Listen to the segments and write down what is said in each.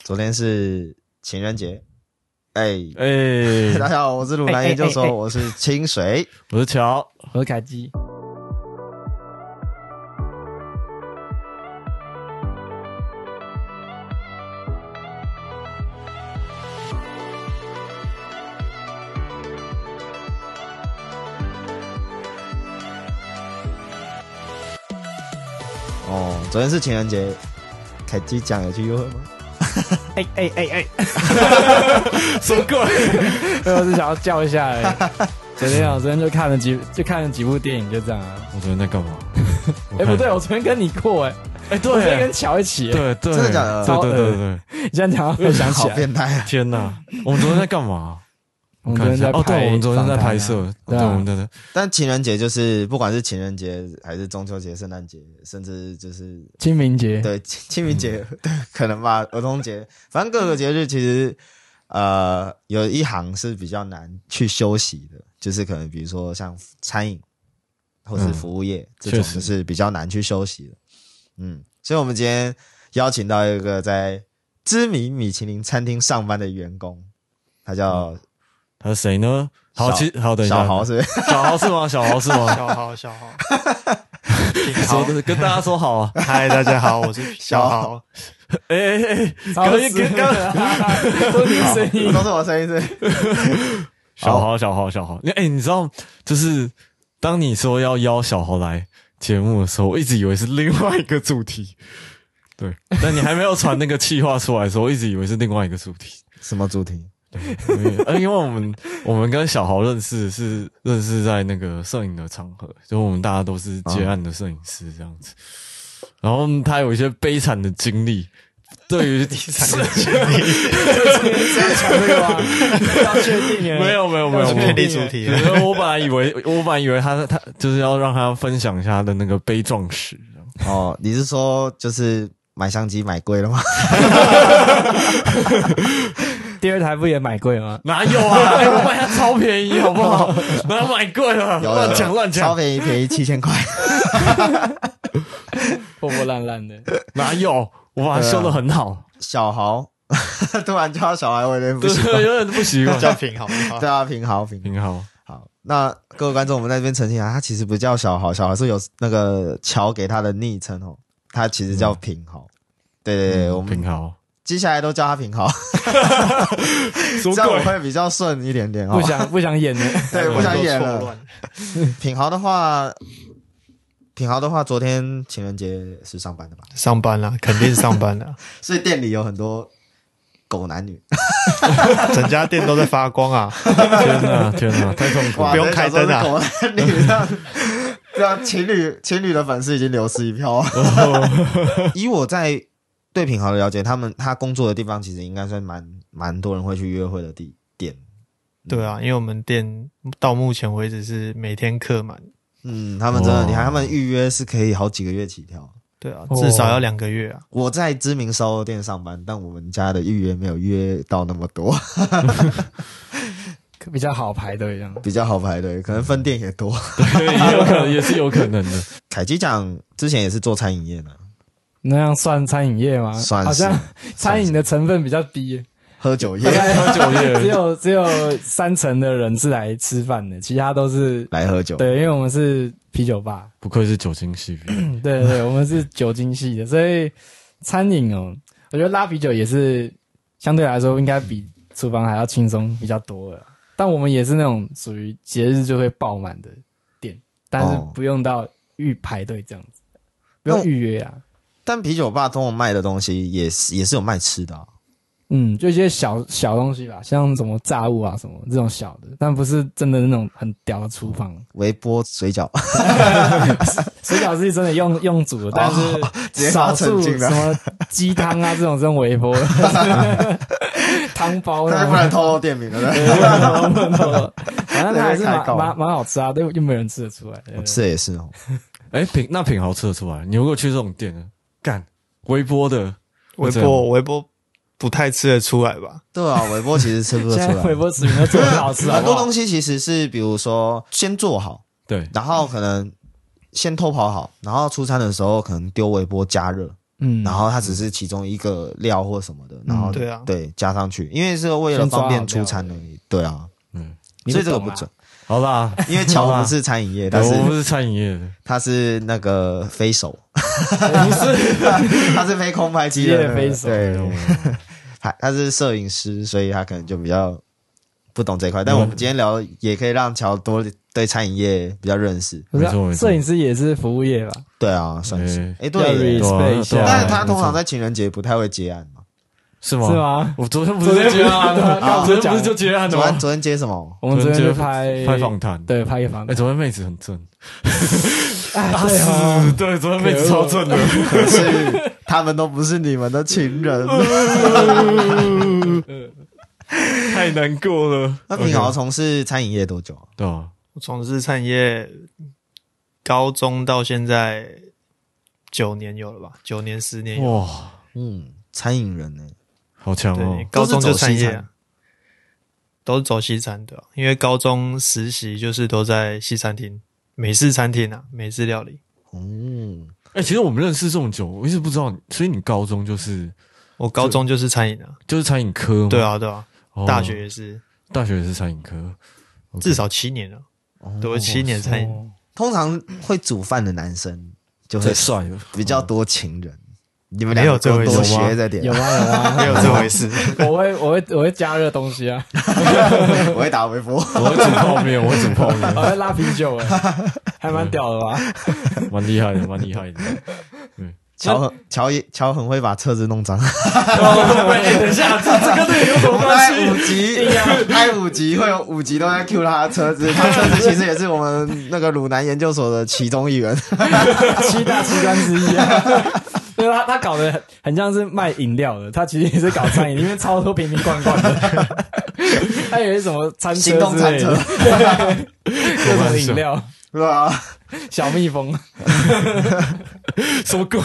昨天是情人节，哎，哎、 大家好，我是鲁南研究所，哎哎哎我是清水。我是乔，我是凯基。哦，昨天是情人节，凯基讲有去约会吗？哎哎哎哎，什么鬼？ 没有啊我是想要叫一下而已。昨天啊，我昨天就看了几，就看了几部电影，就这样啊。我昨天在干嘛？我 哎，看不对，，我昨天跟你过哎，呃哎、我昨天对跟。乔一起。哎对对，真的假的对对对超恶对对，你这样讲，我想起好来，变态啊！天哪！我们昨天在干嘛？ 我们昨天在哦，对，我们昨天在拍访谈啊。摄，对，对啊我们在在但情人节就是不管是情人节还是中秋节、圣诞节，甚至就是清明节，对清清明节、嗯 对可能吧，儿童节，反正各个节日其实呃有一行是比较难去休息的，就是可能比如说像餐饮或是嗯服务业、这确种实就是比较难去休息的。嗯，所以我们今天邀请到一个在知名米其林餐厅上班的员工，他叫他是谁呢？好，小其实嗯好，等一下，小豪，是不是？小豪是吗？小豪是吗？小豪，小豪，说的是跟大家说好 啊！嗨，大家好，我是小豪。哎哎哎，超可以死了可以 可都是你的声音。都是 我声音是。小豪，小豪，小豪，你哎，你知道，就是当你说要邀小豪来节目的时候，我一直以为是另外一个主题，对，但你还没有传那个气话出来的时候，我一直以为是另外一个主题。什么主题？呃，因为我们我们跟小豪认识是认识在那个摄影的场合，就我们大家都是接案的摄影师这样子。然后他有一些悲惨的经历，对于悲惨的经是要讲这个吗？要确定哎耶 没有没有没有，我我确定主题了，对 我本来以为我本来以为他他就是要让他分享一下他的那个悲壮史，哦，你是说就是买相机买贵了吗？第二台不也买贵吗？哪有 啊？哎我卖他超便宜好不好？ 哪买贵了？有乱讲乱超讲，便宜，便宜七千块。破破烂烂的，哪有？我把它修的很好，小豪 突然叫小豪，我有点啊不对行。， 有点 不习惯，叫平好不好对啊，平豪平挺好。好。那各位观众，我们在这边澄清一下，他其实不叫小豪，小豪是有那个乔给他的昵称哦，他其实叫平豪。对对对，我们挺好。接下来都叫他平豪，什这样我会比较顺一点点哦不。想不想演了。对，不想演错了。乱品豪的话，品豪的话，昨天情人节是上班的吧？上班了，肯定上班了，所以店里有很多狗男女， 整家店都在发光啊！天哪，天 哪，太 痛苦哇了！不用开灯啊狗男女这样，这样情侣情侣的粉丝已经流失一 票。 以我在对品豪的了解，他们他工作的地方其实应该算蛮蛮多人会去约会的地点。对啊，因为我们店到目前为止是每天客满，嗯，他们真的，哦你看他们预约是可以好几个月起跳。对啊，哦至少要两个月啊。我在知名烧肉店上班，但我们家的预约没有约到那么多， 比较好排队这样。比较好排队，可能分店也多。对，也有可能，也是有可能 的。凯基讲之前也是做餐饮业的，那样算餐饮业啊吗？算是好像餐饮的成分比较低，喝酒大业概喝 酒业只有只有三成的人是来吃饭的，其他都是来喝酒。对，因为我们是啤酒吧，不愧是酒精系列， 嗯对对对，我们是酒精系的，所以餐饮哦，我觉得拉啤酒也是相对来说应该比厨房还要轻松比较多了，但我们也是那种属于节日就会爆满的店，但是哦不用到预排队这样子，不那用预约啊。但啤酒吧通常卖的东西也是也是有卖吃的、啊，嗯，就一些小小东西吧，像什么炸物啊什么这种小的，但不是真的那种很屌的厨房。微波水饺，水饺是真的用用煮的，但哦直接是把它少盛数进来什么鸡汤啊这种这种 微波汤包但那是不能透露店名了。 对不能不能不能反正它还是在那边开蛮搞蛮蛮好吃啊，但又没有人吃得出来。对我吃的也是哦，哎，品那品豪吃得出来。你如果去这种店，干微波的，微这样波，微波不太吃得出来吧？对啊，微波其实吃不出现在微来。波食品都做得很好吃，啊啊很多东西西其实是比如说先做好，对，然后可能先偷跑好，然后出餐的时候可能丢微波加热，嗯，然后它只是其中一个料或什么的，然后对啊对加上去，因为是为了方便出餐而已。对啊，嗯，所以这个啊不准，好啦，因为 乔不是餐饮业，但我不是是餐饮业的，他是那个飞手，不是 他是飞空拍机职的业飞手对，懂了他他是摄影师，所以他可能就比较不懂这一块。但我们今天聊也可以让乔多对餐饮业比较认识。不没错没是错摄影师也是服务业吧？对啊，算是哎，要对耶， respect 对啊一嗯下对啊但是他没错通常在情人节不太会结案嘛。是吗？是？吗？我昨天不是就结案了吗？昨昨天不天不是是就就结案了昨天吗？昨天接什么？我们昨天昨就天就拍拍访谈，对，拍一个房哎，子。昨天妹子很正，哎，啊对啊是， 对，昨天妹子超正的，可是他们都不是你们的情人。太难过了。那平豪从事餐饮业多久啊？对啊，我从事餐饮业，高中到现在九年有了吧？九年十年有。哇，嗯，餐饮人呢、好强哦对，！高中就餐都饮是走西业餐，都是走西餐的、因为高中实习就是都在西餐厅、美式餐厅啊，美式料理。嗯，哎、其实我们认识这么久，我一直不知道你，所以你高中就是我高中就是餐饮啊，就是餐饮科吗？对，啊，对啊，哦大学也是，大学也是餐饮科，至少七年了，对，我七哦年餐饮。通常会煮饭的男生就会太帅了。比较多情人。你们没两个有多这回多事学着点有，啊有啊，没有这回事， 我会我会我会加热东西啊，我会打微波。我会煮泡面，我会煮泡我面，会拉啤酒哎，还蛮屌的吧？蛮厉害的，蛮厉害的。乔很乔也乔很会把车子弄脏。哎，等一下，这这跟这个有什么拍哎五？集，拍五集会有五集都在 Q 他的车子，他车子其实也是我们那个鲁南研究所的其中一员。七大奇观之一 啊。对他，他搞得很很像是卖饮料的，他其实也是搞餐饮，因为超多瓶瓶罐罐的。 他以为是什么餐车行动之类餐的车，各种饮料，对吧？小蜜蜂。什么鬼？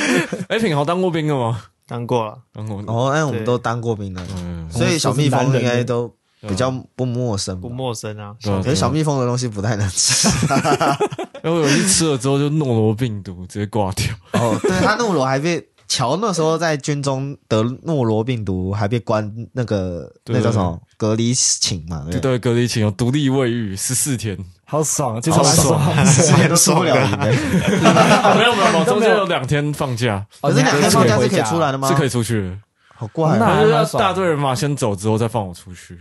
哎，品豪当过兵的吗？当过了。当过。哦，哎，我们都当过兵的，嗯，所以小蜜蜂应该都比较不陌生吧不。陌生啊，对啊可是小蜜蜂的东西不太能吃。然后有一次吃了之后就诺罗病毒，直接挂掉。哦， 对他诺罗还被乔那时候在军中得诺罗病毒，还被关那个对那叫什么隔离寝嘛，对不对对，啊对，隔离寝有独立卫浴十四天，好爽，其实蛮好爽 爽。十年都受不了你们。 没有没 有没有，中间有两天放假 哦可是两天放假是可以出来，的吗？是可以，出去的，好怪那哦。然还后就要蛮爽的大队人马先走之后再放我出去。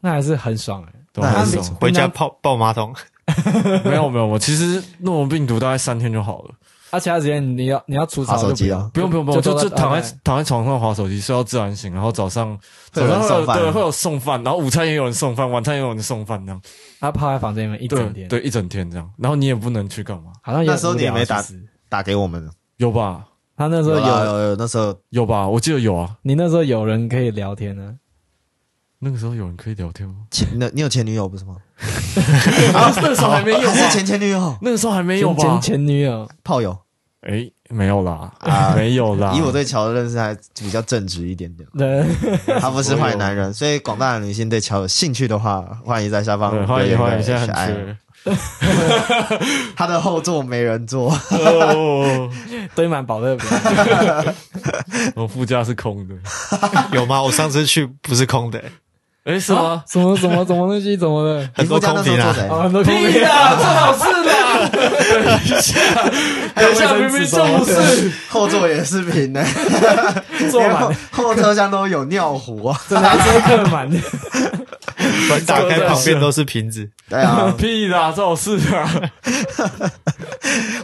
那还是很爽哎。对那吧，还很是爽。 回家泡泡 马桶， 没有没有，我其实诺罗病毒大概三天就好了，啊，其他时间你要你要除划草手就不机用啊，不用不用不用，就就就就躺在大概躺在床上划手机，睡到自然醒，然后早上会早有人上会送有饭对会有送饭，然后午餐也有人送饭，晚餐也有人送饭这样，他泡在房间里面一整对天，对，一整天这样，然后你也不能去干嘛，好像也那时候你也没打无聊其实打给我 们，有吧他那时候有啦有有有那时候有吧，我记得有啊，你那时候有人可以聊天啊 呢，那个时候有人可以聊天吗？前那你有前女友不是吗？啊，那个时候还没有还是吧，前前女友那个时候还没有前前吧？前女友炮友？哎，没有啦啊，没有啦，以我对乔的认识还比较正直一点 点，人。他不是坏男人，所以广大的女性对乔有兴趣的话，欢迎在下方对欢迎欢迎，一现在下很。缺他的后座没人坐。哦， 堆满保乐瓶，我副驾是空的，有吗？我上次去不是空的、哎，是吗？什么什么什么东西，怎么了？你很副多驾那空时候坐瓶啊，谁？啊，很多空瓶啦，做好事啦！等一下，等一下，明明就不是， 后座也是平的，坐因为后满，后车厢都有尿壶啊。整台车客满，门打开旁啊边都是瓶子，对啊，屁啦，做好事啦！啊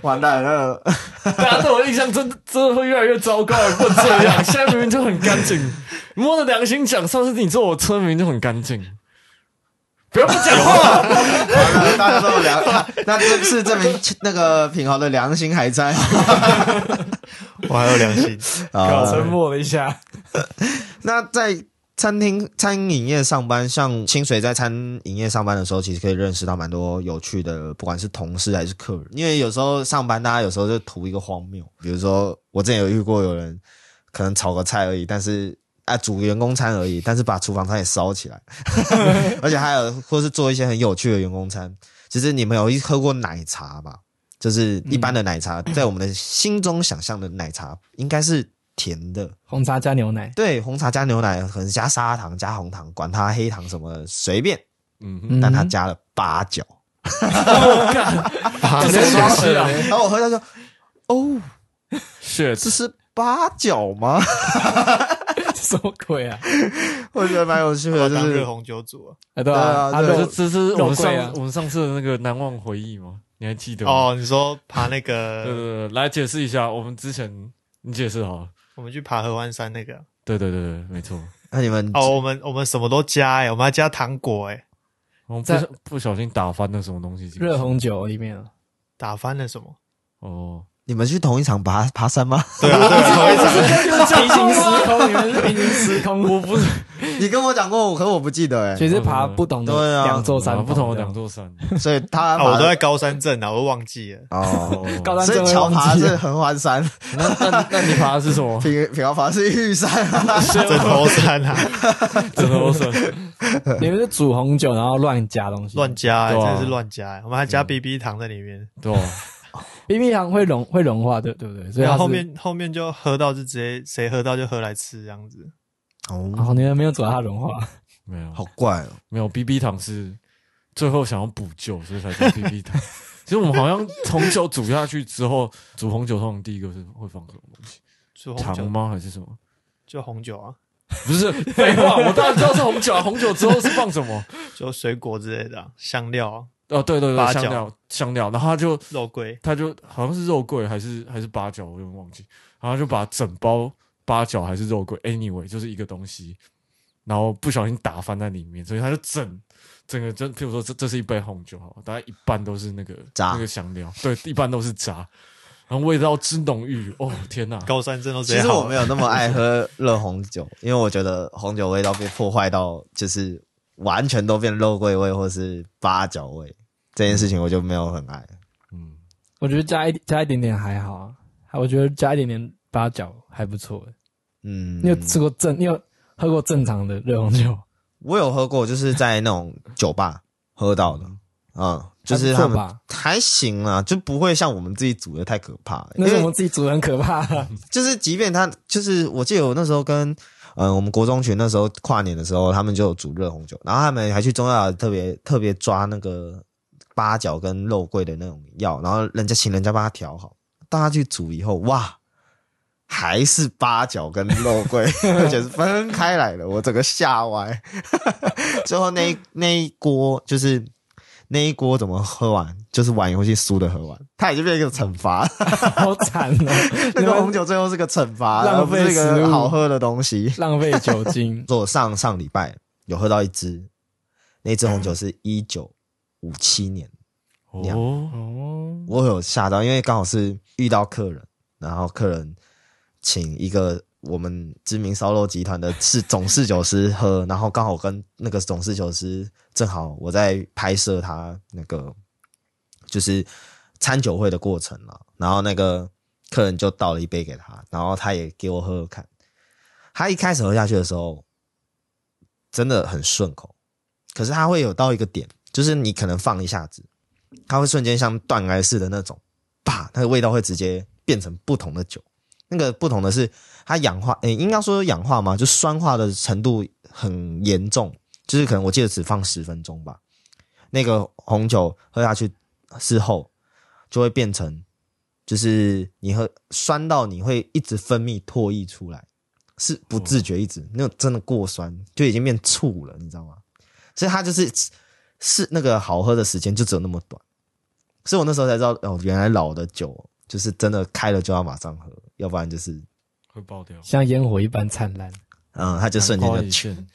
完蛋了，那个大家对我的印象真的真的会越来越糟糕，不能这样。现在明明就很干净，摸着良心讲，上次你坐我车明明就很干净。不要不讲话，完了，大家都有良，那这是证明那个品豪的良心还在我还有 良心。啊。沉默了一下。那在餐厅餐饮业上班，像清水在餐饮业上班的时候，其实可以认识到蛮多有趣的，不管是同事还是客人。因为有时候上班，大家有时候就图一个荒谬，比如说我之前有遇过有人可能炒个菜而已，但是。啊，煮员工餐而已，但是把厨房餐也烧起来， 而且还有或是做一些很有趣的员工餐。其实你们有一喝过奶茶吧？就是一般的奶茶，在我们的心中想象的奶茶应该是甜的，红茶加牛奶，对，红茶加牛奶，可能加砂糖、加红糖，管它黑糖什么的，随便。嗯哼，嗯但他加了八角， 啊这是东西啊，然后我喝下去，哦，血这是八角吗？ 什么鬼啊？我觉得蛮有趣的，就当是热红酒组啊。啊对对啊，啊阿对这啊肉这是我们肉桂啊上我们上次的那个难忘回忆吗？你还记得吗？哦，你说爬那对对个，对，来解释一下，我们之前你解释好了。我们去爬合欢山那个啊对对对对，没错。那你们哦，我们我们什么都加哎，我们还加糖果哎，我哦们不在小不小心打翻了什么东西进去。热红酒里面啊，打翻了什么？哦，你们去同一场爬爬山吗？ 对啊，对啊，同一场平行时空，你们是平行时空，我不是你跟我讲过，我可我不记得哎，其实爬不同对的啊两座啊山，不同的两。座山。欸所以他 啊，我爬都的在高山镇啊，我都忘记了。哦， 哦高山所以症会乔忘爬记是合欢山，？那那那你爬的是什 么平平遥爬 是玉山啊，枕头山啊，枕头山。你们是煮红酒然后乱加东西，乱加欸，对真啊的是乱加欸。我们还加 BB 糖在里面，对吧？啊冰冰糖会融会融化，对对不对？所以然它是后后面后面就喝到就直接谁喝到就喝来吃这样子。哦，哦，你们没有走到它融化，没有好怪哦，没有，BB 糖是最后想要补救，所以才叫 BB 糖。其实我们好像红酒煮下去之后，煮红酒通常第一个是会放什么东西？就红糖酒吗？还是什么？就红酒啊，不是 废话，我当然知道是红酒啊。红酒之后是放什么？就水果之类的啊香料啊，哦，对对八对，角香料香料，然后他就肉桂。他就好像是肉桂还是还是八角，我有点忘记，然后就把整包八角还是肉桂，anyway 就是一个东西，然后不小心打翻在里面，所以他就整整个就譬如说这这是一杯红酒好了，大概一半都是那个渣那个香料，对，一半都是渣，然后味道之浓郁，哦天哪，高山镇都直其接实好我了没有那么爱喝热红酒，因为我觉得红酒味道被破坏到，就是完全都变肉桂味或是八角味这件事情，我就没有很爱。嗯，我觉得加一加一点点还好啊，还我觉得加一点点八角还不错。嗯，你有吃过正，你有喝过正常的热红酒？我有喝过，就是在那种酒吧喝到的，嗯，就是他还不错们吧？还行啊，就不会像我们自己煮的太可怕。因那是我为们自己煮的很可怕、啊就是即便他就是，我记得我那时候跟呃我们国中群那时候跨年的时候，他们就有煮热红酒，然后他们还去中药特别特别抓那个八角跟肉桂的那种药，然后人家请人家帮他调好，大家去煮以后，哇，还是八角跟肉桂，而且是分开来的，我整个吓歪。 最后那一那一锅就是。那一锅怎么喝完？就是玩游戏输的喝完，它已经变成一个惩罚了。好惨哦、那 个你们红酒最后是个惩罚，浪而不费是一食个物好喝的东西。，浪费酒精我上上礼拜有喝到一支，那支红酒是一九五七年，呀哦，哦，我有吓到，因为刚好是遇到客人，然后客人请一个我们知名烧肉集团的是总侍酒师喝，然后刚好跟那个总侍酒师正好我在拍摄他那个就是餐酒会的过程了，然后那个客人就倒了一杯给他，然后他也给我喝喝看，他一开始喝下去的时候真的很顺口，可是他会有到一个点，就是你可能放一下子。它会瞬间像断崖式的那种，啪，它的味道会直接变成不同的酒。那个不同的是，它氧化，诶、应该说氧化嘛，就酸化的程度很严重，就是可能我记得只放十分钟吧。那个红酒喝下去之后，就会变成，就是你喝酸到你会一直分泌唾液出来，是不自觉一直，那种真的过酸就已经变醋了，你知道吗？所以它就是是那个好喝的时间就只有那么短。所以我那时候才知道，哦，原来老的酒就是真的开了就要马上喝，要不然就是，会爆掉，像烟火一般灿烂。嗯，它就瞬间爆就一去。线，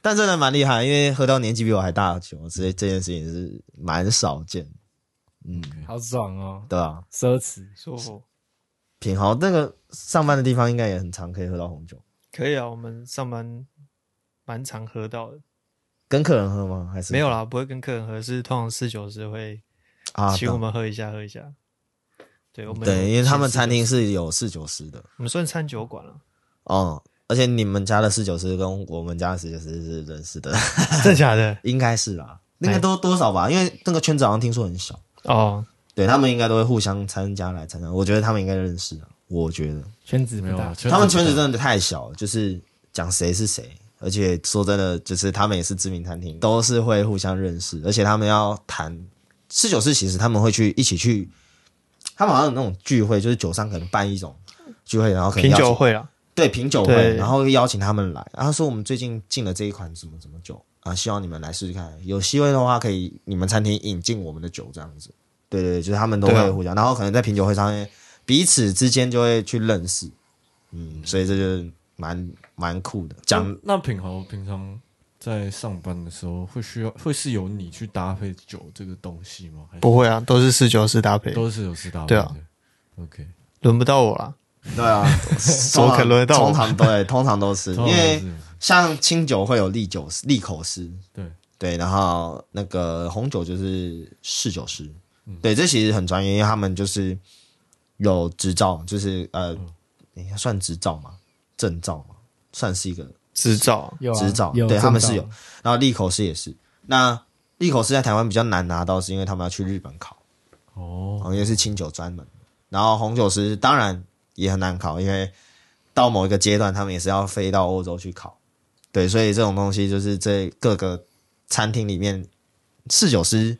但真的蛮厉害，因为喝到年纪比我还大的酒，所以这件事情是蛮少见。嗯，好爽哦，对啊，奢侈。舒服，品豪那个上班的地方应该也很常可以喝到红酒，可以啊。我们上班蛮常喝到的，跟客人喝吗？还是没有啦，不会跟客人喝，是通常侍酒师会啊？请懂我们喝一下，喝一下。对，我们对，因为他们餐厅是，是有侍酒师的，我们算餐酒馆了，哦、而且你们家的侍酒师跟我们家的侍酒师是认识的， 真假的？哎应该是啦，应该都多少吧，因为那个圈子好像听说很小。哦，对他们应该都会互相参加来参加，我觉得他们应该认识啊，我觉得圈子没不有大啊，，圈他们子不圈大子真的太小了，就是讲谁是谁。而且说真的，就是他们也是知名餐厅，都是会互相认识，而且他们要谈四九四，其实他们会去一起去，他们好像有那种聚会，就是酒商可能办一种聚会，然后可能品邀请酒会啊啦，对品酒会，对然后邀请他们来，然后说我们最近进了这一款什么什么酒啊，希望你们来试试看，有机会的话可以你们餐厅引进我们的酒这样子。对对对，就是他们都对啊会互相，然后可能在品酒会上面彼此之间就会去认识，嗯，所以这就是蛮蛮酷的。嗯讲那那品豪平常在上班的时候会需要会是由你去搭配酒这个东西吗？还是不会啊，都是四九四搭配，都是有是搭配对的啊 OK，轮不到我啦。对啊， 怎么可能轮得到我通常对，通常都是因 通常为是像清酒会有利酒师利口师，对对，然后那个红酒就是侍酒师，对，这其实很专业，因为他们就是有执照，就是呃，嗯你、算执照吗？证照吗？算是一个。执照有啊执照有对他们是证照有然后利口师也是，那利口师在台湾比较难拿到，是因为他们要去日本考，哦，哦，因为是清酒专门。然后红酒师当然也很难考，因为到某一个阶段，他们也是要飞到欧洲去考。对，所以这种东西就是这各个餐厅里面侍酒师，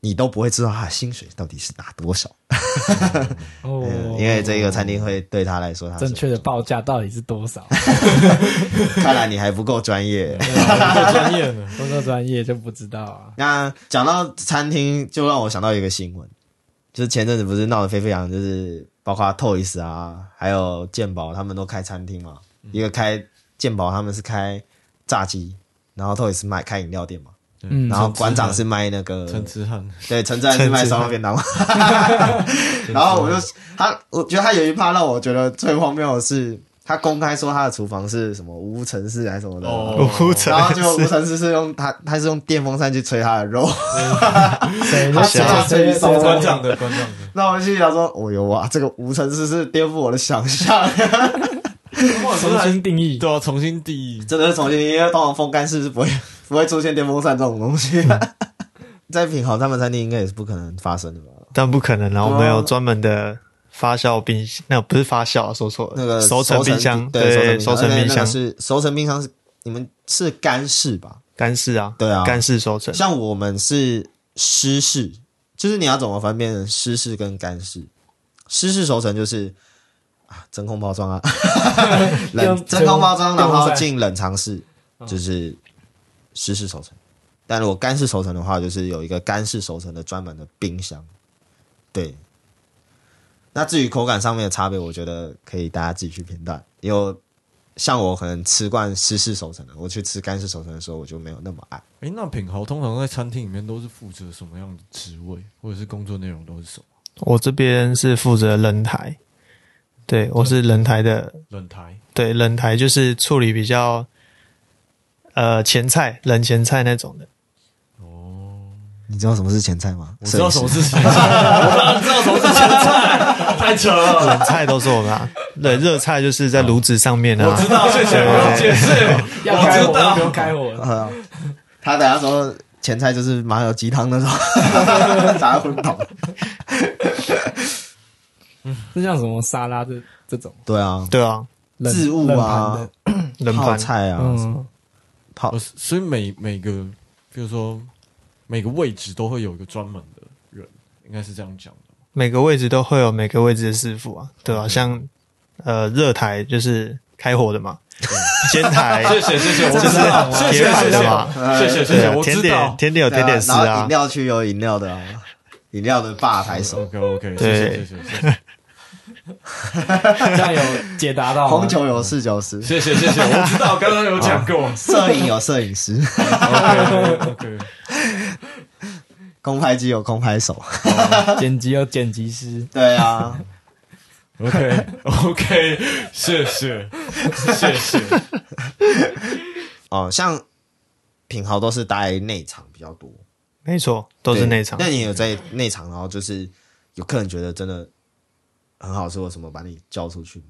你都不会知道他的薪水到底是拿多少，哦嗯，因为这个餐厅会对他来说，他是正确的报价到底是多 少？看来你还不够专业。 太专业了。多少专业就不知道 啊。那讲到餐厅，就让我想到一个新闻，就是前阵子不是闹得沸沸扬扬，就是包括 Toys 啊，还有健宝他们都开餐厅嘛，嗯一个开健宝他们是开炸鸡，然后 Toys 卖开饮料店嘛，嗯然后馆长是卖那个 陈之汉，对陈志安是卖烧肉便当嘛， 然后我就他，我觉得他有一趴让我觉得最荒谬的是，他公开说他的厨房是什么无尘室还是什么的。 哦无尘然后就无室，尘室是用他，他是用电风扇去吹他的肉，谁他谁想谁要谁吹馆长的馆长 的，那我心里想说，哦呦哇，这个无尘室是颠覆我的想象， 重新定义？对啊，重新定义。真的是重新，因为通常风干室是不会不会出现电风扇这种东西， 在品豪他们餐厅应该也是不可能发生的吧？但不可能对啦，啊我们有专门的发酵冰，那不是发酵啊，说错了，那个熟成冰箱，对，熟成成冰而且那个箱，是熟成冰箱是你们是干式吧？干式啊，对啊干式熟成，像我们是湿式，就是你要怎么分辨湿式跟干式？湿式熟成就是啊，真空包 装啊，冷用嗯真空包装，然电风后扇进冷藏室，就是湿式熟成。但如果干式熟成的话，就是有一个干式熟成的专门的冰箱。对。那至于口感上面的差别，我觉得可以大家自己去评断。有像我可能吃惯湿式熟成的，我去吃干式熟成的时候，我就没有那么爱。哎，那品豪通常在餐厅里面都是负责什么样的职位，或者是工作内容都是什么？我这边是负责冷台，对我是冷台的，冷台对冷台就是处理比较呃前菜冷前菜那种的，哦，你知道什么是前菜吗？我知道什么是前菜，我当然知道什么是前菜，太扯了。冷菜都是我们啊，对热菜就是在炉子上面啊，道，谢谢，不用解释。要开火就不用开火了，呃，他等下说前菜就是麻油鸡汤那种，大家昏倒。就像什么沙拉这这种对啊，对啊，冷自物啊冷盘的，冷泡盘菜啊，嗯，泡哦，所以每每个，比如说每个位置都会有一个专门的人，应该是这样讲的。每个位置都会有每个位置的师傅啊，对吧、嗯像呃热台就是开火的嘛，煎台嗯 谢谢谢，我就是铁板的嘛，谢谢谢对谢，啊我甜知点道。甜点有对甜点师然后啊饮，料区有饮料的啊，饮料的吧台手， OK OK，谢谢谢谢这样有解答到吗红，酒有侍酒师，谢谢谢谢谢，我知道，刚刚有讲过。摄影有摄影师， OK OK，空拍机有空拍手。剪辑有剪 辑师，对啊， OK OK，谢谢谢谢。哦，像品豪都是待内场比较多，没错，都是对内场那。你有在内场，然后就是有客人觉得真的很好吃，或什么把你叫出去吗？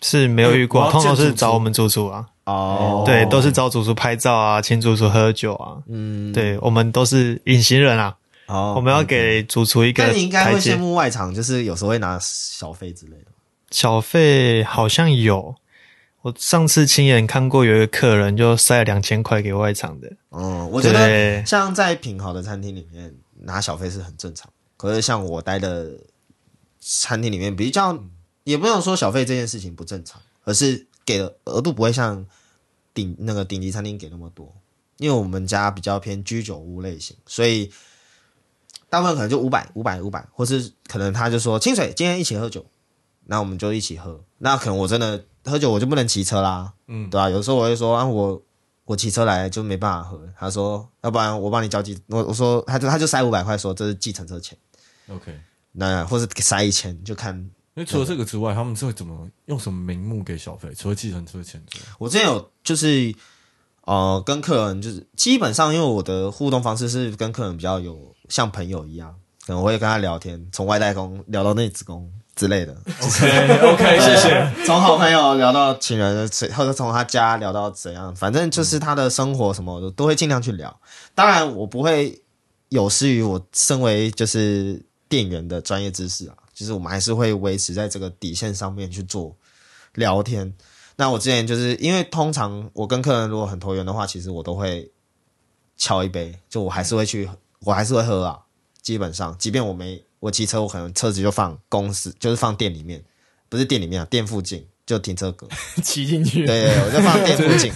是没有遇我过，要通常见是主厨找我们主厨啊，哦，对，都是找主厨拍照啊，请主厨喝酒啊，嗯，对我们都是隐形人啊，哦我们嗯要给主厨一个但你应该台会羡阶。慕外场，就是有时候会拿小费之类的。小费好像有，我上次亲眼看过有一个客人就塞了两千块给外场的，嗯，我觉得对，像在品好的餐厅里面拿小费是很正常，可是像我待的餐厅里面比较，也不用说小费这件事情不正常，而是给的额度不会像顶那个顶级餐厅给那么多，因为我们家比较偏居酒屋类型，所以大部分可能就五百、五百、五百，或是可能他就说清水今天一起喝酒，那我们就一起喝。那可能我真的喝酒我就不能骑车啦，嗯，对吧、有时候我会说啊，我我骑车来就没办法喝。他说要不然我帮你交计，我我说他就他就塞五百块说这是计程车钱， OK，那或是塞一千就看。因为除了这个之外，他们是会怎么用什么名目给小费？除了计程车钱之外，我之前有就是呃跟客人就是基本上因为我的互动方式是跟客人比较有像朋友一样，可能我会跟他聊天，从外带工聊到内职工之类 的。 OK，谢谢。从好朋友聊到情人，谁或者从他家聊到怎样，反正就是他的生活什么的都会尽量去聊。当然，我不会有失于我身为就是店员的专业知识啊，就是我们还是会维持在这个底线上面去做聊天。那我之前就是因为通常我跟客人如果很投缘的话，其实我都会敲一杯，就我还是会去，我还是会喝啊。基本上，即便我没我骑车，我可能车子就放公司，就是放店里面。不是店里面啊，店附近就停车格。骑进去，对，我就放店附近。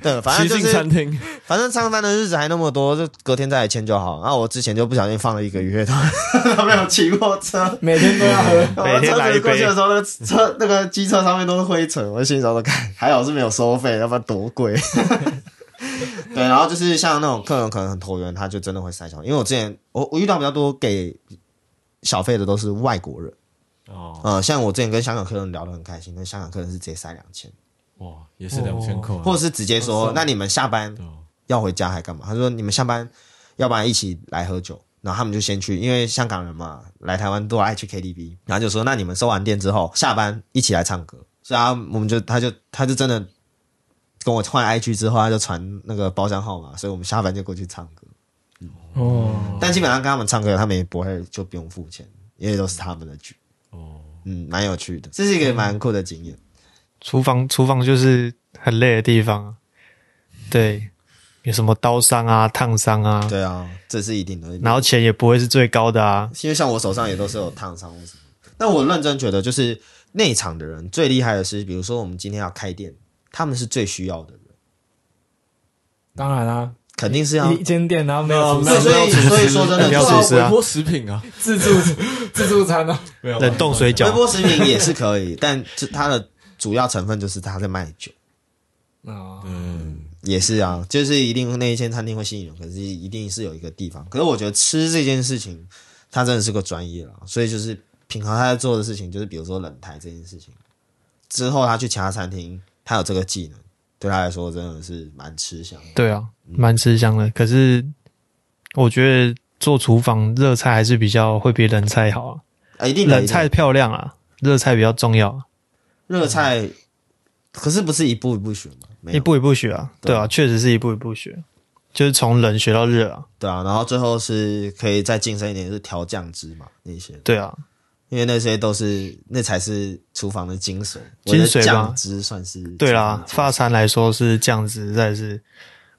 对，反正骑就进是餐厅，反正上班的日子还那么多，就隔天再来签就好。然后我之前就不小心放了一个月，都 都没有骑过车。每天都要喝， 我每车天来子一杯过去的时候，那个车那个机车上面都是灰尘，我心里想说，看还好是没有收费，要不然多贵。 对，然后就是像那种客人可能很投缘，他就真的会塞小，因为我之前我我遇到比较多给小费的都是外国人，哦，呃，像我之前跟香港客人聊得很开心，那香港客人是直接塞两千。哇，也是两千块啊，或者是直接哦说，那你们下班对啊要回家还干嘛？他说你们下班，要不然一起来喝酒。然后他们就先去，因为香港人嘛，来台湾都爱去 KTV。然后就说，那你们收完店之后，下班一起来唱歌。所以啊，我们就他就他就真的跟我换 IG 之后，他就传那个包厢号码，所以我们下班就过去唱歌。哦，但基本上跟他们唱歌，他们也不会就不用付钱，嗯因为都是他们的局。哦，嗯，蛮有趣的，这是一个蛮酷的经验。厨房厨房就是很累的地方啊，对，有什么刀伤啊、烫伤啊，对啊，这是一定的。然后钱也不会是最高的啊，因为像我手上也都是有烫伤或什么。但我认真觉得，就是内场的人最厉害的是，比如说我们今天要开店，他们是最需要的人，当然啦，肯定是要一。一间店，然后没有厨啊对，啊师，所以所以说真的你要做厨师啊微波食品啊，自助 自助餐啊，没有冷冻水微饺波食品也是可以，但这它的主要成分就是它在卖酒，哦，嗯，也是啊，就是一定那一间餐厅会吸引人，可是一定是有一个地方。可是我觉得吃这件事情，它真的是个专业了，所以就是品豪他在做的事情，就是比如说冷台这件事情，之后他去其他餐厅，他有这个技能，对他来说真的是蛮吃香的。对啊，蛮吃香的。可是我觉得做厨房热菜还是比较会比冷菜好啊，啊，一定的冷菜漂亮啊，热菜比较重要啊，热菜，可是不是一步一步学吗？没有嗯一步一步学啊，对啊对啊，确实是一步一步学，就是从冷学到热啊，对啊，然后最后是可以再晋升一点，是调酱汁嘛那些，对啊，因为那些都是那才是厨房的精髓，精髓吧我觉得酱汁算是对啦，厨房发的精髓餐来说是这样子，再是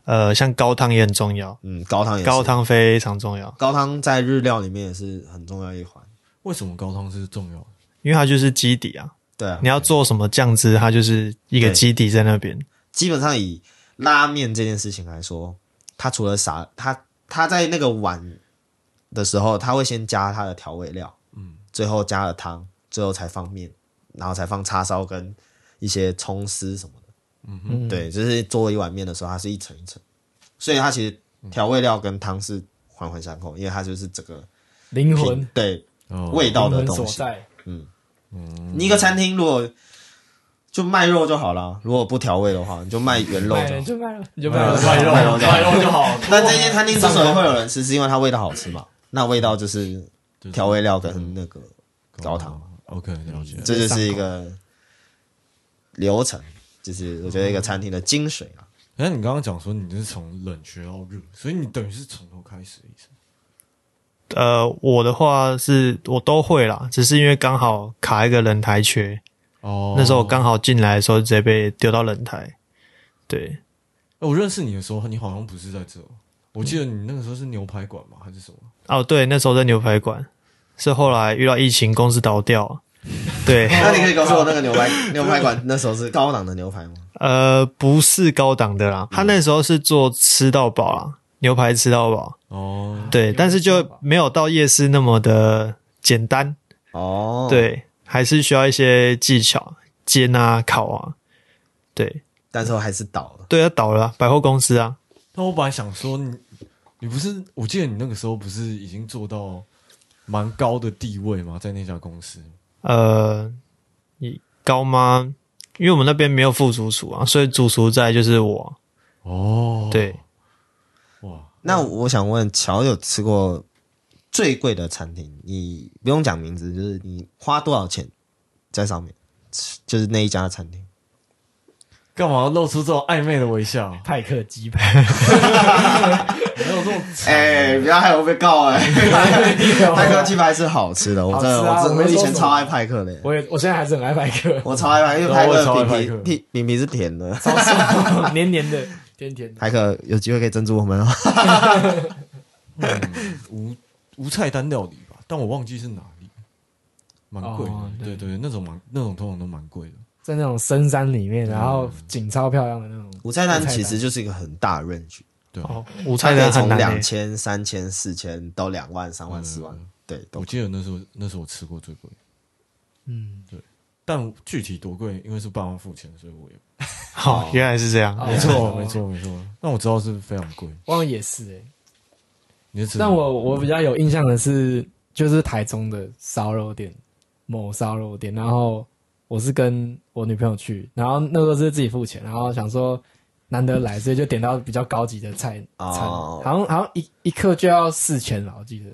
呃，像高汤也很重要，嗯高汤也是高汤非常重要，高汤在日料里面也是很重要一环，为什么高汤是重要的？因为它就是基底啊，对啊你，要做什么酱汁，它就是一个对基底在那边，基本上以拉面这件事情来说，它除了撒它它在那个碗的时候，它会先加它的调味料，嗯，最后加了汤，最后才放面，然后才放叉烧跟一些葱丝什么的。嗯，，对，就是做一碗面的时候，它是一层一层，所以它其实调味料跟汤是环环相扣，因为它就是这个灵魂品对哦嗯味道灵的魂东所西。在，你一个餐厅如果就卖肉就好了，如果不调味的话，你就卖原肉就卖好了。就卖了，你就卖了，卖肉卖肉卖肉就好。但这间餐厅之所以会有人吃，是因为它味道好吃嘛？那味道就是就是调味嗯料跟那个高汤， ，OK，了解。这就是一个流程，就是我觉得一个餐厅的精髓啊。那你刚刚讲说你是从冷学到热，所以你等于是从头开始的意思。呃，我的话是我都会啦，只是因为刚好卡一个人台缺，哦那时候我刚好进来的时候直接被丢到人台。对，哎我认识你的时候，你好像不是在这哦，我记得你那个时候是牛排馆吗？还是什么？哦对，那时候在牛排馆，是后来遇到疫情，公司倒掉。对， 那你可以告诉我那个牛 排牛排馆那时候是高档的牛排吗？呃，不是高档的嗯啦，他那时候是做吃到饱啦，牛排吃到饱。哦，对，但是就没有到夜市那么的简单。哦，，对，还是需要一些技巧，煎啊、烤啊。对，但是我还是倒了。对，要倒了啊、百货公司啊，那我本来想说你，你不是？我记得你那个时候不是已经做到蛮高的地位吗？在那家公司呃，你高吗？因为我们那边没有副主厨啊，所以主厨在就是我。哦，对，哇，那我想问，乔有吃过最贵的餐厅？你不用讲名字，就是你花多少钱在上面，吃就是那一家餐厅。干嘛露出这种暧昧的微笑？派克鸡排，没有这种惨哎、不要害我被告哎、 派克鸡排是好吃的，我真的、好吃啊我真我的没以说前什么超爱派克的、我也我现在还是很爱派克，我超爱派克，因为对啊派我也超爱克派饼克皮皮饼皮是甜的。超爽， 黏黏的，甜甜的。派克有机会可以赞助我们 哦。无无菜单料理吧，但我忘记是哪里，蛮贵的。哦对对，那种蛮那种通常都蛮贵的。在那种深山里面，然后景超漂亮的那种。午餐单其实就是一个很大的 range，对，啊哦，午它餐可以单很从难、两欸。千、三千、四千到两万、三万、四万，对，都我记得那时候那时候我吃过最贵，嗯，但具体多贵，因为是爸妈付钱，所以我也好、原来是这样。哦没错没 错没错。但我知道是非常贵。忘了也是哎。你是吃什么但我我比较有印象的是，就是台中的烧肉店，某烧肉店。然后我是跟我女朋友去，然后那时候是自己付钱，然后想说难得来，所以就点到比较高级的菜哦餐，好像好像一一克就要四千吧，我记得。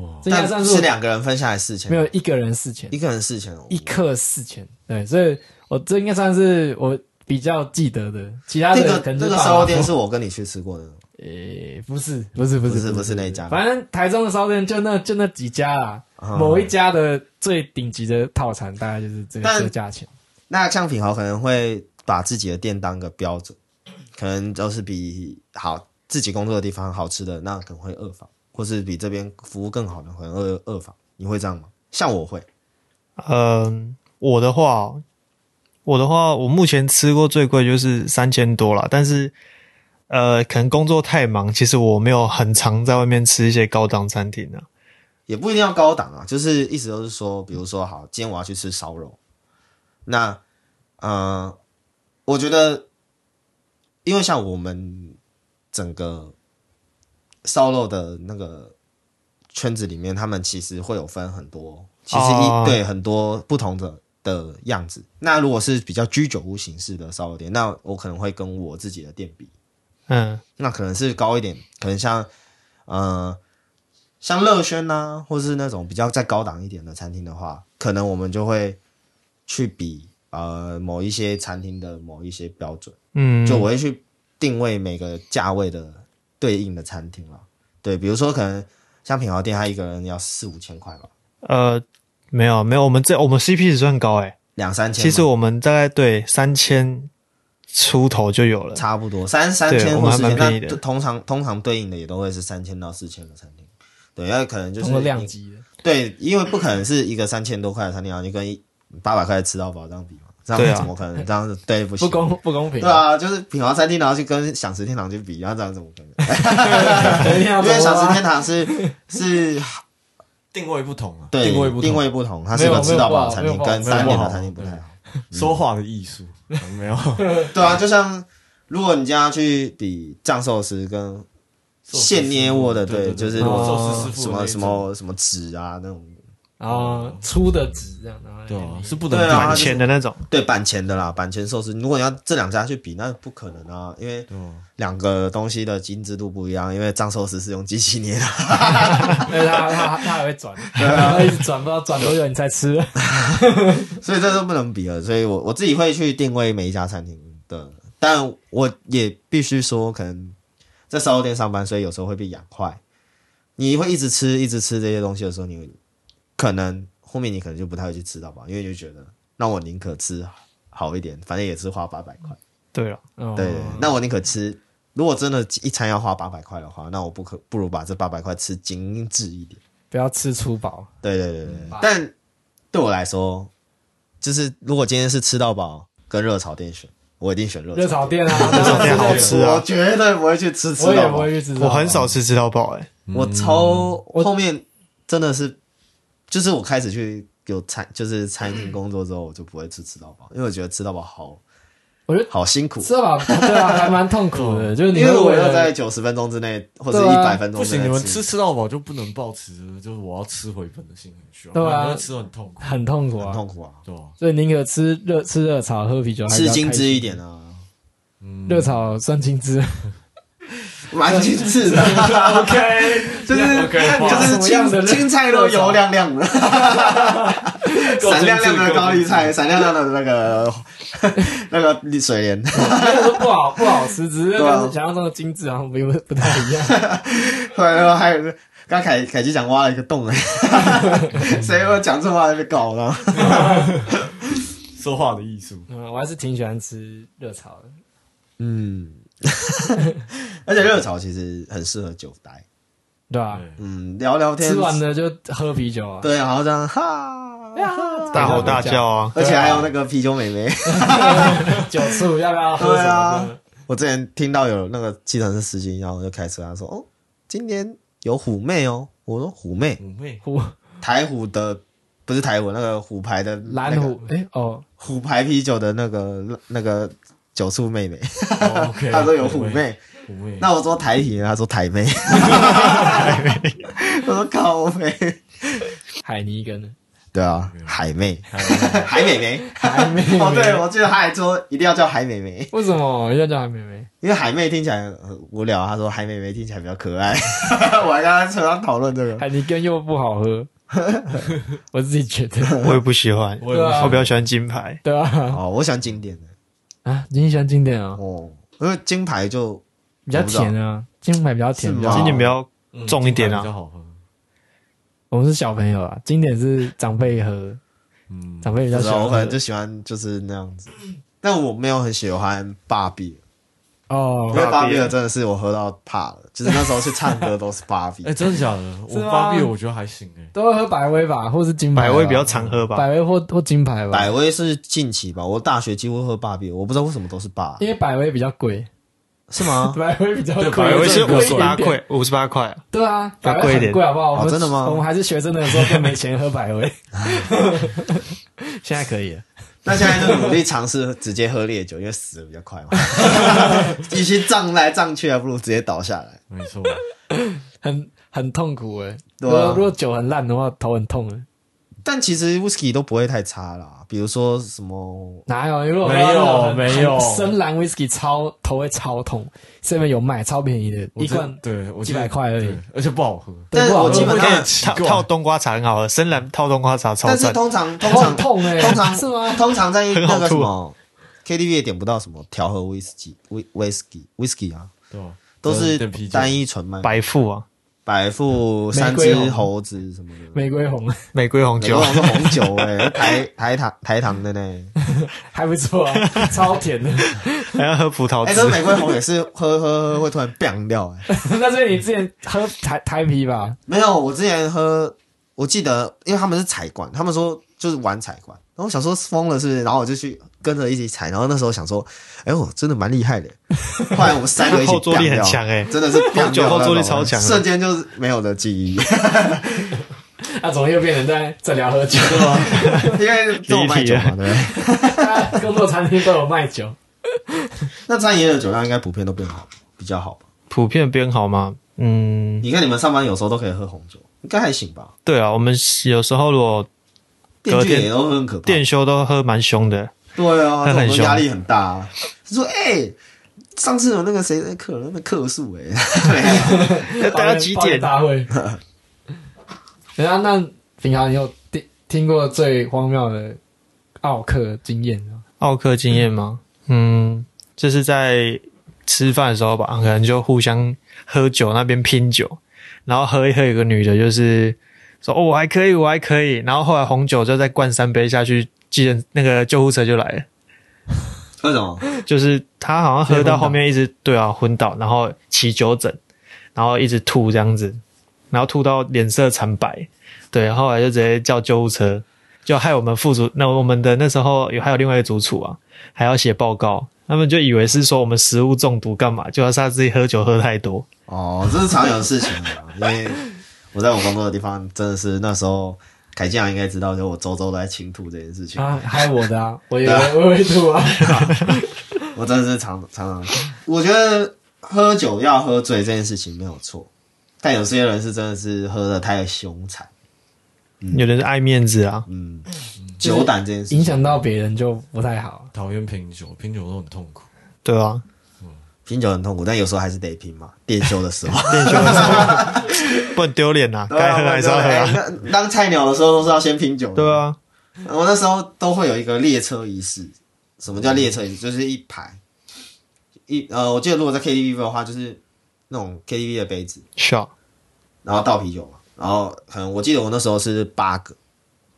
哇，这应该但算是我两个人分下来四千，没有一个人四千一，个人四千哦，一克四千，对，所以我这应该算是我比较记得的，其他那的个可能那就个爸烧妈肉店是我跟你去吃过的，诶、不是，不是，不不是，是不是那一家反正台中的烧店就那就那几家啦，啊某一家的最顶级的套餐大概就是这个但这个价钱。那像品豪可能会把自己的店当个标准，可能都是比好自己工作的地方好吃的，那可能会二房，或是比这边服务更好的可能二二房，你会这样吗？像我会，嗯、我的话哦，我的话，我目前吃过最贵就是三千多啦，但是呃，可能工作太忙，其实我没有很常在外面吃一些高档餐厅啊。也不一定要高档啊，就是意思都是说，比如说好，今天我要去吃烧肉，那呃，我觉得，因为像我们整个烧肉的那个圈子里面，他们其实会有分很多，其实一、哦对很多不同的的样子。那如果是比较居酒屋形式的烧肉店，那我可能会跟我自己的店比，嗯，那可能是高一点，可能像呃像乐轩呐、或是那种比较再高档一点的餐厅的话，可能我们就会去比呃某一些餐厅的某一些标准，嗯，就我会去定位每个价位的对应的餐厅了。对，比如说可能像品豪店，它一个人要四五千块吧，呃，没有没有，我们这我们 CP 值算高诶、欸两三千吧，其实我们大概对三千出头就有了。差不多三三对千或我们还四千，蛮便宜那的通常通常对应的也都会是三千到四千的餐厅。对，那可能就是同个量你级的，对，因为不可能是一个三千多块的餐厅，然后你跟八百块的吃到饱这样比嘛，这对样啊怎么可能？这样子对不行，不公不公平。对，啊，就是品华餐厅，然后去跟享食天堂去比，然后这样怎么可能？因 因为啊享食天堂 是是定位不同啊，对定位不同，定位不同，它是个吃到饱的餐厅，没有没有不好跟三点没的有不好餐厅不太好。说话的艺术 没有对啊，就像如果你今天要去比藏寿司跟现捏窝的，对，就是对我寿司师什傅的那么一什种，么什么纸啊那种，然后啊粗的纸这样，然后对啊，是不能对啊板比前的那种，对版权的啦，版权寿司，如果你要这两家去比，那不可能啊，因为。对啊两个东西的精致度不一样，因为藏寿司是用机器捏的， 因为它它它还会转，啊然后一直转，不知道转多久你才吃。所以这都不能比了。所以我我自己会去定位每一家餐厅的，但我也必须说，可能在烧肉店上班，所以有时候会被养坏。你会一直吃一直吃这些东西的时候，你会可能后面你可能就不太会去吃到吧，因为你就觉得那我宁可吃好一点，反正也是花八百块。对啊了，哦对，那我宁可吃。如果真的一餐要花八百块的话，那我不可不如把这八百块吃精致一点。不要吃粗饱，对对对对，嗯对但对我来说，就是如果今天是吃到饱跟热炒店选，我一定 选热热炒炒。店啊，热炒店好吃啊我绝对不会去吃吃我也到不饱，会去吃到饱。我很少吃吃到饱，哎，我嗯超我后面真的是，就是我开始去有餐就是餐厅工作之后，我就不会吃吃到饱，因为我觉得吃到饱好，我觉得好辛苦，吃到饱，对啊，还蛮痛 苦的，就是你因会为我为要了在九十分钟之内或者对一啊百分钟不之行，你内们吃吃到饱就不能抱持就是我要吃回本的心情去，对啊你会吃得很痛苦，很痛苦很啊，痛苦啊，对吧？所以宁可吃热吃热炒，喝啤酒，还是吃要开精致一心。点啊，嗯热炒算精致， 蛮精致 的， OK， 就是哇就是什么样的青热青菜都油亮亮的，闪亮亮的高丽，够精致够精致菜，闪亮亮的那个 那个水莲， 没有说不好不好吃，只是对啊跟想象中的精致好像不不不太一 样。对，然后还有刚刚凯凯基讲挖了一个洞， 谁会讲这话就被搞了？说话的艺术，嗯，我还是挺喜欢吃热炒的。嗯， 而且热炒其实很适合久待，对啊，对嗯，聊聊天，吃完了啊就喝啤酒啊。对，然后这样哈，哈大吼大叫啊，而且还有那个啤酒妹妹，酒醋要不要喝什对么啊的？，我之前听到有那个计程车司机，然后我就开车，他说哦，今天有虎妹哦，我说虎妹，妩 媚，虎台虎的。不是台虎那个虎牌的那个蓝虎，哎哦，虎牌啤酒的那个那个酒醋妹妹，哦 OK，他说有虎妹，妩媚，那我说台啤，他说台妹， 我说靠妹，海尼根的，对啊，海妹，还海美眉，海妹 妹哦，对，我记得他还说一定要叫海美眉，为什么要叫海妹妹？因为海妹听起来很无聊，他说海美眉听起来比较可 爱，我还跟他车上讨论这个，海尼根又不好 喝，我自己觉得。我也不喜欢，我也不 对啊我比较喜欢金牌。对啊，哦，我喜欢经典的，啊，你喜欢经典啊？哦，因为金牌就比较甜啊，金牌比较甜。是比吗较今年比较嗯重一点啊比较好喝，我们是小朋友啊，经典是长辈喝，嗯，长辈比不较知喜道，欢我可能喝。就喜欢就是那样子，但我没有很喜欢芭比，因哦，为芭比的真的是我喝到怕了，就是那时候去唱歌都是芭 比哎，，真的假的？是我吗芭比我觉得还行哎，都会喝百威吧，或是金牌吧。啊百威比较常喝吧百，威或或金牌吧百，威是近期吧，我大学几乎喝芭比，我不知道为什么都是芭，因为百威比较贵，是 吗？百威比较对贵，百威是比较五贵十八一点点块，五十八块啊，对啊，比较百贵威一点很贵好不好？我们哦真的吗我们还是学生的时候更没钱喝百威，现在可以了。那现在就努力尝试直接喝烈酒，因为死的比较 快嘛。 与其胀来胀去，还不如直接倒下来。没错，很很痛苦哎、对如啊果如果酒很烂的话，头很痛哎、但其实 whisky 都不会太差啦，比如说什么哪有？如果没有喝到很没有很深蓝 whisky 超头会超痛，这边有卖超便宜的，我一觉得罐对，我觉几得百块而已对。，而且不好喝，对但不好喝我基本上很哎奇套怪套冬瓜茶很好喝，深蓝套冬瓜茶超但是赞。通常通头很常痛哎、通常是吗？通常在那很个好什吐么 KTV 也点不到什么调和 whisky、威 whisky、whisky 啊，对吧？都是点啤酒单一纯麦，白富啊，百富三玫只瑰红猴子什么的。玫瑰红玫瑰红美国酒好，像是红酒哎、 台台糖台糖的呢。还不错 啊，超甜的。 还要喝葡萄哎、欸，可是汁。玫瑰红也是喝喝喝会突然 b 掉哎、那所以你之前喝台台啤吧？没有，我之前喝，我记得因为他们是彩管，他们说就是玩彩管，然后我想说疯了是不是？然后我就去跟着一起踩，然后那时候想说，哎、我真的蛮厉害 的。后来我们三个一起后坐力很砰掉强哎真的是砰掉红酒后坐力超强的瞬间就是没有的记 忆，那、啊怎么又变成在在聊喝酒因为这种卖酒啊嘛，对不对？了？ 工作餐厅都有卖 酒，那餐饮业的酒量应该普遍都变好，比较好吧？普遍编好吗？嗯，你看你们上班有时候都可以喝红酒，应该还行吧？对啊，我们有时候如果电隔锯天也都很可怕。店休都喝蛮凶的，对啊，这他种很都凶压力很大、啊。他说：“哎、上次有那个谁在客人那边客诉哎、 欸，要待到几抱怨点？大会？ 等一下，那平常你有听听过最荒谬的奥克经验吗？奥克经验吗？嗯，就是在吃饭的时候吧，可能就互相喝酒那边拼酒，然后喝一喝，有个女的就是说：“哦，我还可以，我还可以。”然后后来红酒就再灌三杯下去，既然那个救护车就来了。为什么？就是他好像喝到后面一直对啊昏倒，然后起酒疹，然后一直吐这样子，然后吐到脸色惨白，对，后来就直接叫救护车，就害我们副组那我们的那时候有还有另外一个组处啊，还要写报告，他们就以为是说我们食物中毒干嘛，就要是他自己喝酒喝太多，哦，这是常有的事情啊，因为我在我工作的地方真的是那时候，凯健应该知道，就我周周都在清吐这件事情，啊，害我的 啊，我以为我会吐啊，我真的是常常常，我觉得喝酒要喝醉这件事情没有错，但有些人是真的是喝的太凶残，嗯有的人爱面子啊，嗯，酒胆这件事情 影响到别人就不太好。讨厌品酒，品酒都很痛苦。对啊，拼酒很痛苦，但有时候还是得拼嘛，电休的时候。不能丢脸呐，该喝还是要喝啊，哎那当菜鸟的时候都是要先拼酒的。对啊，我那时候都会有一个列车仪式。什么叫列车仪式？就是一排一呃，我记得如果在 KTV 的话，就是那种 KTV 的杯子，是啊，然后倒啤酒嘛，然后可能我记得我那时候是八个，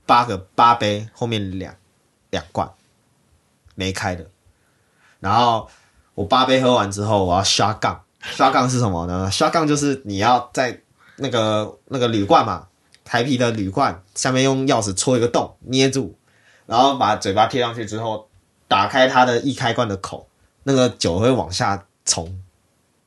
八个八杯，后面两两罐没开的，然后我八杯喝完之后，我要刷杠，刷杠是什么呢？刷杠就是你要在那个那个铝罐嘛，台啤的铝罐下面用钥匙戳一个洞，捏住，然后把嘴巴贴上去之后，打开它的易开罐的口，那个酒会往下冲。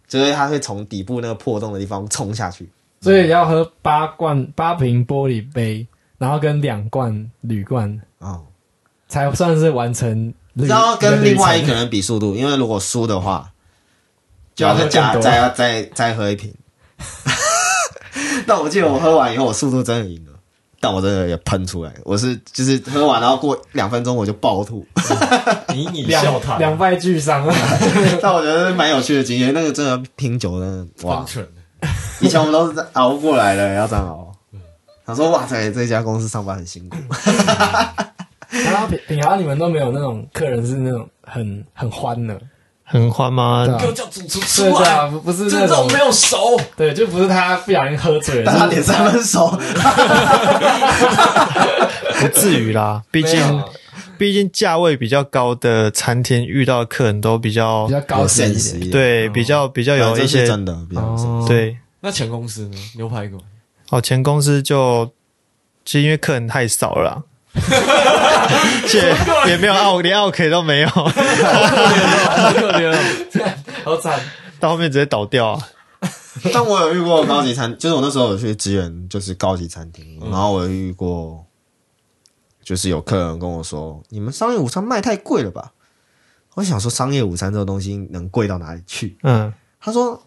就是它会从底部那个破洞的地方冲下去，所以要喝八罐八瓶玻璃杯，然后跟两罐铝罐，哦，才算是完成旅。然后跟另外一个旅程人比速度，因为如果输的话，就要再加更多再要再再喝一瓶。 但我记得我喝完以后，我速度真的赢了，但我真的也喷出来，我是就是喝完然后过两分钟我就暴吐， 你你笑两他，两败俱伤啊！ 但我觉得蛮有趣的经验。那个真的拼酒真的哇 完，全以前我们都是这样熬过来的，要这样熬。他说：“哇塞，这家公司上班很辛苦。然后品品豪，你们都没有那种客人是那种很很欢的，很欢吗对？啊给我叫主厨出对对来，啊，不不是那这种种没有熟，对，就不是他不小心喝醉”了，但他是脸三分熟，不至于啦，毕没有竟毕竟价位比较高的餐厅遇到的客人都比较比较高级现一实点。一点，对，比较比较哦对，有这一是些真的，比较有 sense 哦对。那前公司呢？牛排馆哦，前公司就其实因为客人太少了 啦，而且也没有奥，连奥 K 都没有，好可怜哦， 好惨。到后面直接倒掉啊。 但我有遇过高级餐，就是我那时候有去支援，就是高级餐厅，然后我有遇过，就是有客人跟我说：“你们商业午餐卖太贵了吧？”我想说，商业午餐这个东西能贵到哪里去？嗯，他说：“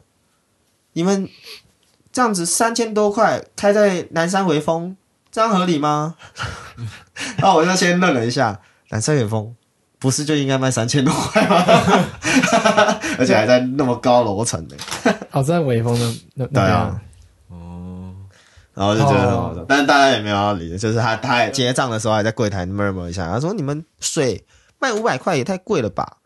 你们这样子三千多块开在南山微风，这样合理吗？” 然后我就先愣了一下，南山微风不是就应该卖三千多块吗？ 而且还在那么高楼层呢。哦，在微风的那那对边啊啊，哦，然后就觉得哦很好笑，但是大家也没有要理，就是他他也结账的时候还在柜台 murmur 一下，他说你们水卖五百块也太贵了吧？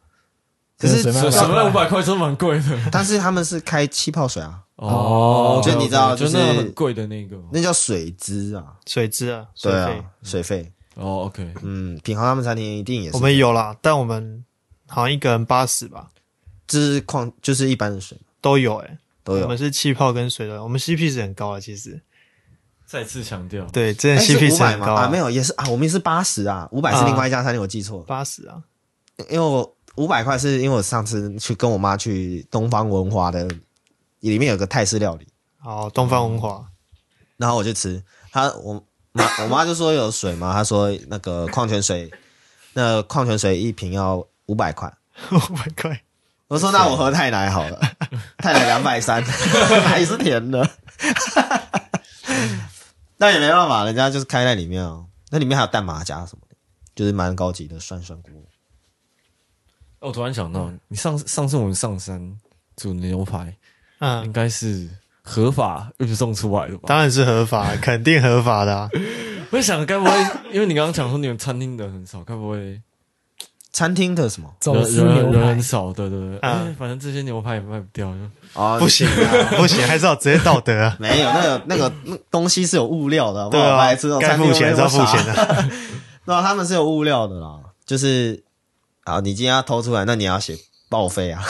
可是真的水水卖水卖五百块真蛮贵的但是他们是开气泡水啊，哦就你知道就就是那个很贵的那个那叫水资啊，水质啊，水对费、啊，水费，哦，OK，嗯，品豪他们餐厅一定也是，我们有啦，但我们好像一个人八十吧，就是矿就是一般的水都有诶、都我有们，是气泡跟水的，我们 CP 值很高啊，其实再次强调，对，真哎的是五 CP 值百很吗？高啊，没有有，也是啊，我们是八十啊，五百是啊另外一家餐厅，我记错了，八十啊，因为我五百块是因为我上次去跟我妈去东方文华的，里面有个泰式料理。哦，东方文华，然后我就吃，他我妈我妈就说有水嘛，她说那个矿泉水，那矿泉水一瓶要五百块。 五百块，我说那我喝泰奶好了， 泰奶两百三， 还是甜的。 那也没办法，人家就是开在里面哦，那里面还有蛋马甲什么的，就是蛮高级的涮涮锅。哦我突然想到，你上上次我们上山煮牛排，应嗯，该是合法运送出来的吧？当然是合法，肯定合法的、啊，我在想，该不会因为你刚刚讲说你们餐厅的很少，该不会餐厅的什么走人私人牛人排很，少，对对对，啊哎，反正这些牛排也卖不掉，就啊？不行啊，不行，还是要职业道德啊。没有，那个那个那东西是有物料 的，好不对好啊白痴哦，，该餐付厅钱是要付钱的。那他们是有物料的啦，就是啊，你今天要偷出来，那你要写报废 啊，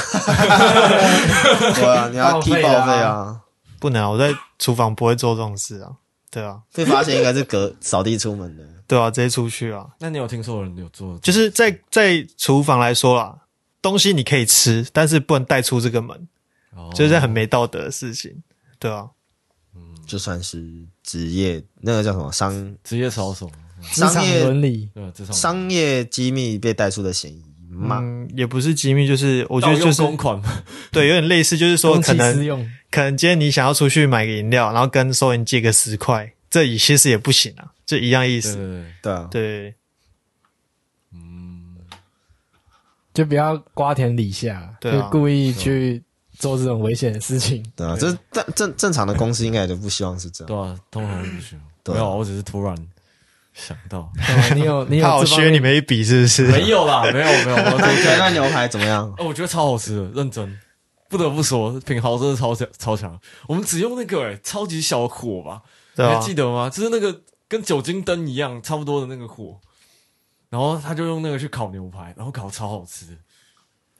对啊，你要报替废报啊废啊， 不能啊，我在厨房不会做这种事啊。对啊，被发现应该是隔扫地出门的，对啊，直接出去啊。那你有听说有人有做？就是在在厨房来说啦，东西你可以吃，但是不能带出这个门，哦就是很没道德的事情。对啊，就算是职业那个叫什么商职业操守，职商场业伦理，对，啊职场商业机密被带出的嫌疑吗？嗯，也不是机密，就是我觉得盗用就是公款嘛，对，有点类似，就是 说公可器私能用，可能今天你想要出去买个饮料，然后跟收银借个十块，这也其实也不行啊，这一样对意思。对对，对啊，对，嗯，就不要瓜田李下，对啊就故意去做这种危险的事情。对啊，这是正正正常的公司应该也就不希望是这样。对啊，通常不行。对没啊有，我只是突然想到，哦你有你有怕我这方削你面，们一笔是不是？没有啦， 没有没有，我那你觉得 真那牛排怎么样？哦，我觉得超好吃的，认真，不得不说，品豪真的超强超强。我们只用那个哎、超级小的火吧，对你啊还，记得吗？就是那个跟酒精灯一样差不多的那个火，然后他就用那个去烤牛排，然后烤超好吃的。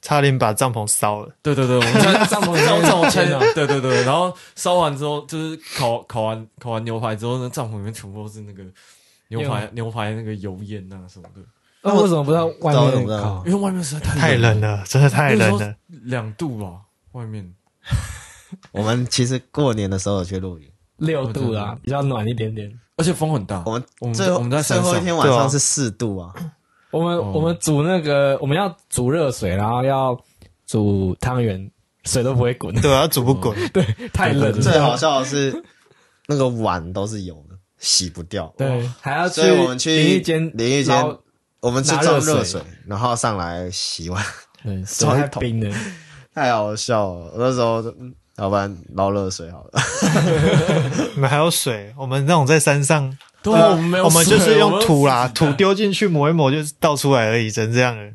差点把帐篷烧了。对对对，我们在 帐篷里帐面帐篷天前啊，对对对，然后烧完之后就是烤烤完烤完牛排之后，那帐篷里面全部都是那个牛排牛排那个油烟啊什么的，那哦为什么不在外那我怎面么办烤？因为外面实在太太冷了，真的太那时冷候了。两度吧，外面。我们其实过年的时候有去露营，六度啦，比较暖一点点。而且风很大，我我们们最后我们在最山上后一天晚对啊上是四度啊，我们、哦我们煮那个，我们要煮热水，然后要煮汤圆，水都不会滚， 对啊，煮不滚，嗯太冷了。最好笑的是，那个碗都是油的，洗不掉。对，还要去哦所以我们去淋浴间，淋浴间然后我们是拿装热水热水，然后上来洗碗，对，水装一太桶冰了，太好笑了。我那时候就，嗯要不然捞热水好了。 你们还有水，我们那种在山上，对啊，我们没有水，呃我们就是用土啦， 我们土丢进去抹一抹，就是倒出来而已，只能这样了。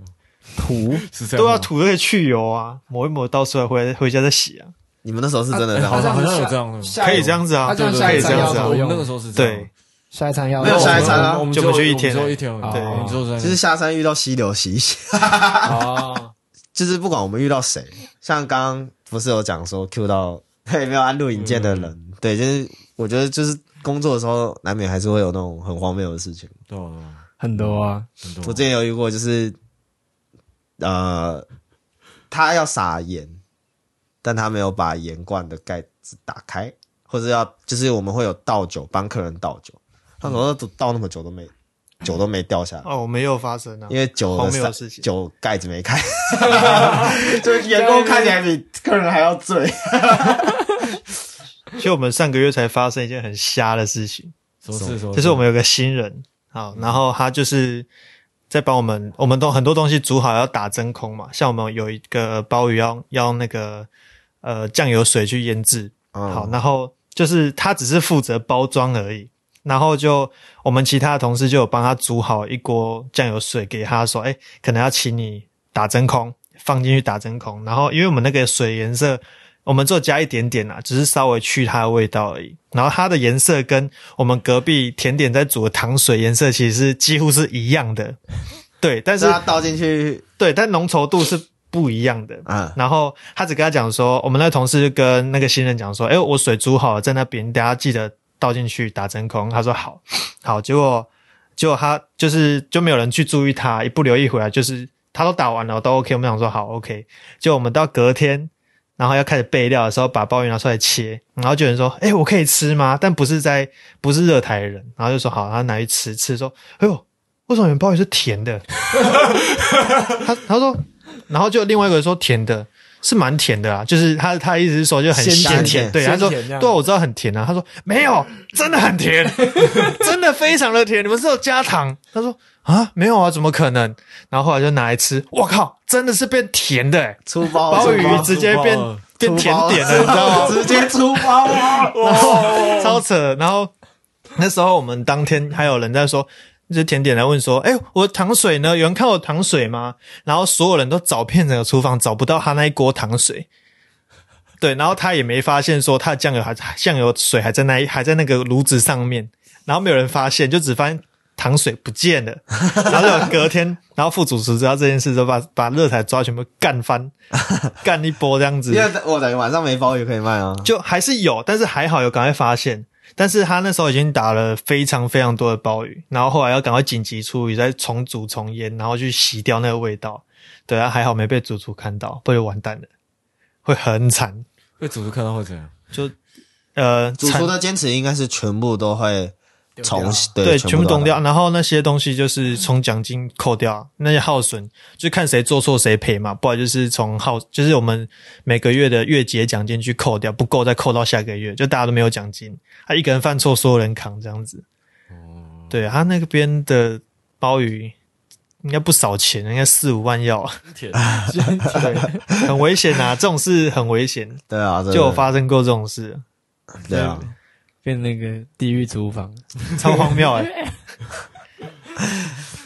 土是这样对吗啊，土都可以去油啊，抹一抹倒出来，回回家再洗啊，你们那时候是真的这哎样好吗？像好像有这样的，可以这样子啊，它这对样对下可以一这餐样要怎子啊么我，们用那个时候是这样对下一餐要没有下一餐啊我们就我们就一天我们了就一天而已，对我们就在那就是下山遇到溪流洗一 洗，哦，就是不管我们遇到谁，像刚刚不是有讲说 Q 到 有没有按录影键的人，嗯对，就是我觉得就是工作的时候难免还是会有那种很荒谬的事情。对啊对啊很多 啊，很多我之前有遇过，就是呃，他要撒盐，但他没有把盐罐的盖子打开，或者要就是我们会有倒酒，帮客人倒酒。他说都倒那么久都没酒都没掉下来，哦，我们也有发生啊，因为酒荒的谬的塞事情酒盖子没开， 就是员工看起来比客人还要醉。其实我们上个月才发生一件很瞎的事情，什么事什么事，就是我们有个新人，好，然后他就是在帮我们，我们都很多东西煮好要打真空嘛，像我们有一个鲍鱼要要用那个呃酱油水去腌制，嗯 好，然后就是他只是负责包装而已，然后就我们其他的同事就有帮他煮好一锅酱油水给他说，哎，可能要请你打真空，放进去打真空，然后因为我们那个水颜色。我们就加一点点啦、只是稍微去它的味道而已。然后它的颜色跟我们隔壁甜点在煮的糖水颜色其实是几乎是一样的，对，但但是是他倒进去，对，但浓稠度是不一样的。嗯，然后他只跟他讲说，我们那个同事就跟那个新人讲说，哎，我水煮好了在那边，大家记得倒进去打真空。他说好，好，结果结果他就是就没有人去注意他，一不留意回来就是他都打完了都 OK，我们想说好 OK，就我们到隔天。然后要开始备料的时候，把鲍鱼拿出来切，然后就有人说：“哎、我可以吃吗？”但不是在不是热台的人，然后就说：“好。”他拿去吃，吃说：“哎呦，为什么你们鲍鱼是甜的？” 他他说，然后就另外一个人说甜的，是蛮甜的啊，就是他他意思是说就很鲜鲜甜甜，对，鲜他说甜这样对啊，我知道很甜啊。他说没有，真的很甜， 真的非常的甜，你们是有加糖？他说啊，没有啊，怎么可能？然后后来就拿来吃，我靠，真的是变甜的、欸，出包鲍鱼出直接变出包了变甜包点了，你知道吗？直接出包 啊！ 超扯。然后那时候我们当天还有人在说，就是甜点来问说：“哎、我的糖水呢？有人看我糖水吗？”然后所有人都找遍整个厨房，找不到他那一锅糖水。对，然后他也没发现说他的酱油还酱油水还在那一还在那个炉子上面，然后没有人发现，就只发现糖水不见了。然后就隔天，然后副主厨知道这件事，就把把热台抓全部干翻，干一波这样子。 因为我等于晚上没包也可以卖啊。就还是有，但是还好有赶快发现。但是他那时候已经打了非常非常多的鲍鱼，然后后来要赶快紧急处理，再重煮重腌，然后去洗掉那个味道。对啊，还好没被主厨看到，不然就完蛋了，会很惨。被主厨看到会怎样？就呃，主惨厨的坚持应该是全部都会重新对全全部都冻要掉，然后那些东西就是从奖金扣掉，那些耗损就看谁做错谁赔嘛，不然就是从耗就是我们每个月的月结奖金去扣掉，不够再扣到下个月，就大家都没有奖金，他一个人犯错，所有人扛这样子。对他那边的鲍鱼应该不少钱，应该四五万要，甜，对，很危险啊，这种事很危险，对啊，就对有发生嗯过这种事，对啊，变那个地狱厨房超荒谬哎、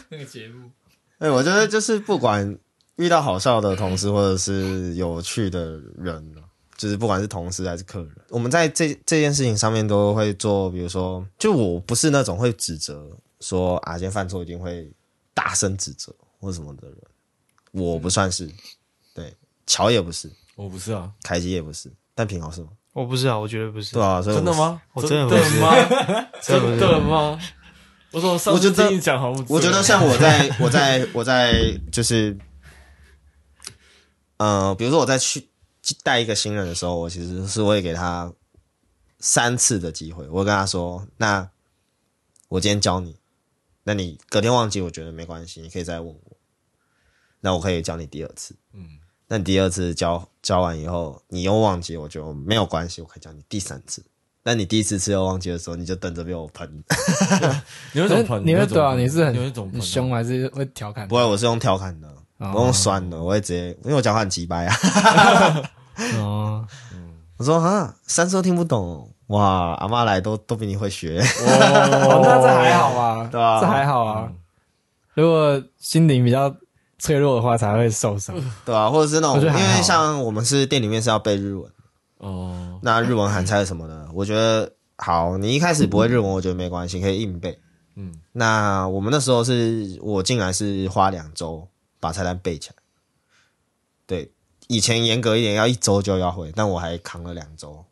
那个节目，哎，我觉得就是不管遇到好笑的同事或者是有趣的人，啊就是不管是同事还是客人，我们在这这件事情上面都会做，比如说，就我不是那种会指责说啊，今天犯错一定会大声指责或什么的人，我不算是，对，乔也不是，我不是啊，凯基也不是，但平豪是吗？我不知道，我觉得不是 对，啊，所以我真的？吗？我真的不的是吗？真的 不真是的吗？我怎么上次我觉得听你讲好像不是 我觉得像我在我在我在就是，呃，比如说我在去带一个新人的时候，我其实是会给他三次的机会。我会跟他说：“那我今天教你，那你隔天忘记，我觉得没关系，你可以再问我。那我可以教你第二次。嗯那你第二次教教完以后，你又忘记，我就没有关系，我可以教你第三次。那你第四次又忘记的时候，你就等着被我喷。你会怎么喷？你会会怎对么啊？喷你是你会很怎么喷很啊凶还是会调侃？不会，我是用调侃的，哦我用酸的，我会直接，因为我讲话很直白啊。 哦，我说哈，三次都听不懂哦，哇，阿妈来都都比你会学， 哦， 那这还好啊，对啊这还好啊。如果心灵比较脆弱的话，才会受伤。对啊，或者是那种，我觉得因还好为像我们是店里面是要背日文，哦，那日文韩菜什么的，我觉得好，你一开始不会日文，我觉得没关系，可以硬背。嗯，那我们那时候是我进来是花两周把菜单背起来，对，以前严格一点要一周就要会，但我还扛了两周，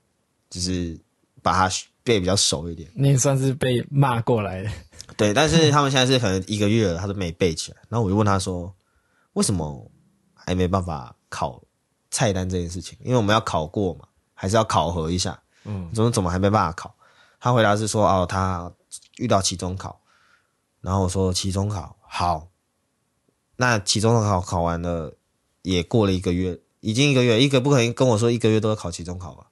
就是把它背比较熟一点。你也算是被骂过来的，对，但是他们现在是可能一个月了，他都没背起来。然后我就问他说，为什么还没办法考菜单这件事情？因为我们要考过嘛，还是要考核一下。嗯，怎么怎么还没办法考？他回答是说，哦，他遇到期中考。然后我说期中考好，那期中考考完了，也过了一个月，已经一个月，一个不可能跟我说一个月都要考期中考吧？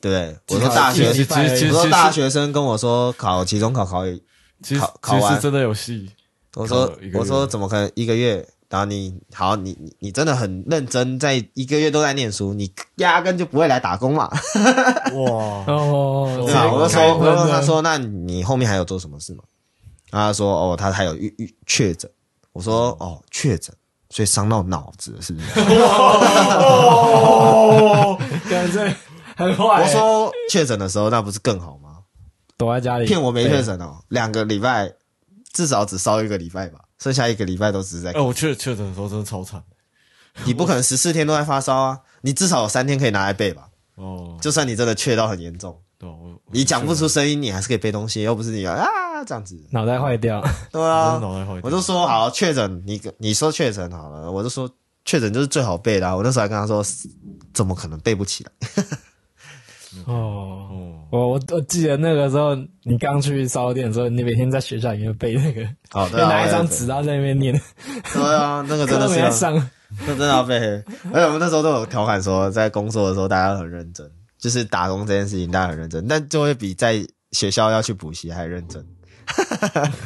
对不对？我说大学，其实其我其实说实大学生跟我说考期中考考一其实考考其完实真的有戏，我说考了一个月我说怎么可能一个月？然后你好，你你你真的很认真，在一个月都在念书，你压根就不会来打工嘛？哇，哦，对吧？我就直接啊说，我就开喷问他了说，那你后面还有做什么事吗？然后他说，哦，他还有遇遇确诊。我说，嗯哦，确诊，所以伤到脑子了，是不 是？感觉很坏欸。我说确诊的时候，那不是更好吗？躲在家里，骗我没确诊哦，两个礼拜至少只烧一个礼拜吧，剩下一个礼拜都只是在哎，我确确诊的时候真的超惨你不可能十四天都在发烧啊，你至少有三天可以拿来背吧。哦，就算你真的确到很严重，对啊，我你讲不出声音，你还是可以背东西，又不是你啊这样子。脑袋坏掉，对我啊真的，脑袋坏掉，我就说好确诊，你你说确诊好了，我就说确诊就是最好背的、啊。我那时候还跟他说，怎么可能背不起来？嗯哦。哦，我我我记得那个时候，你刚去烧店的时候，你每天在学校里面背那个，好，就对啊，拿一张我也纸，然后在那边念，对啊，那个真的课都是 没在要，上。那真的要背。而且我们那时候都有调侃说，在工作的时候大家都很认真，就是打工这件事情大家很认真，但就会比在学校要去补习还认真，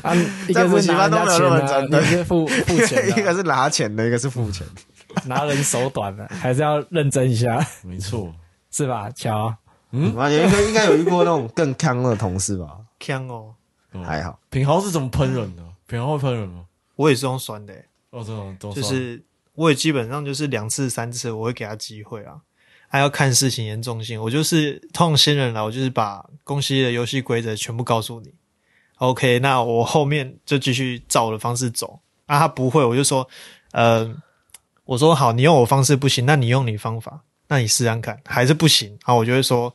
啊，一个是拿人家钱的、一个是付付钱 一的、啊个是拿钱的，一个是付钱的。拿人手短的、还是要认真一下，没错，是吧？乔，嗯妈，有一嗯个应该有遇过那种更坑的同事吧？呛哦，哦还好，品豪是怎么喷人的？平常会喷人吗？我也是用酸的、欸，哦，这种都就算是我也基本上就是两次三次我会给他机会啊，还要看事情严重性。我就是通常新人来，我就是把公司的游戏规则全部告诉你。OK，那我后面就继续照我的方式走啊。他不会，我就说，呃，我说好，你用我方式不行，那你用你方法，那你试试看，还是不行，好，我就会说，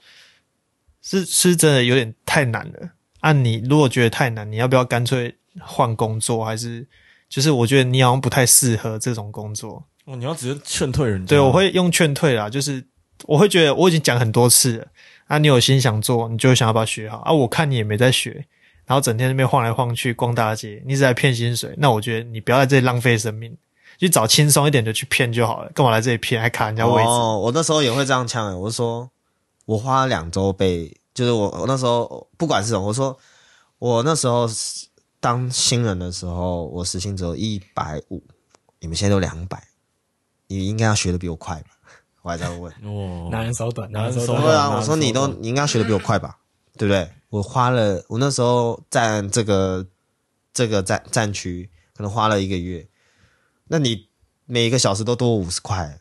是是真的有点太难了啊。你如果觉得太难，你要不要干脆换工作，还是就是我觉得你好像不太适合这种工作。哦，你要直接劝退人家。对，我会用劝退啦，就是我会觉得我已经讲很多次了，啊，你有心想做，你就想要把它学好啊。我看你也没在学，然后整天在那边晃来晃去逛大街，你只在骗薪水。那我觉得你不要在这里浪费生命，去找轻松一点的去骗就好了，干嘛来这里骗还卡人家位置？哦，我那时候也会这样呛、欸，我就说我花了两周被，就是我我那时候不管是什么，我说我那时候是当新人的时候，我时薪只有一百五，你们现在都两百，你应该要学的比我快吧？ 我还在问，哦，拿人手短，拿拿人人手短手短。对啊，那我说那你那都你应该学的比我快吧，对不对？我花了，我那时候占这个这个战战区，可能花了一个月，那你每一个小时都多我五十块，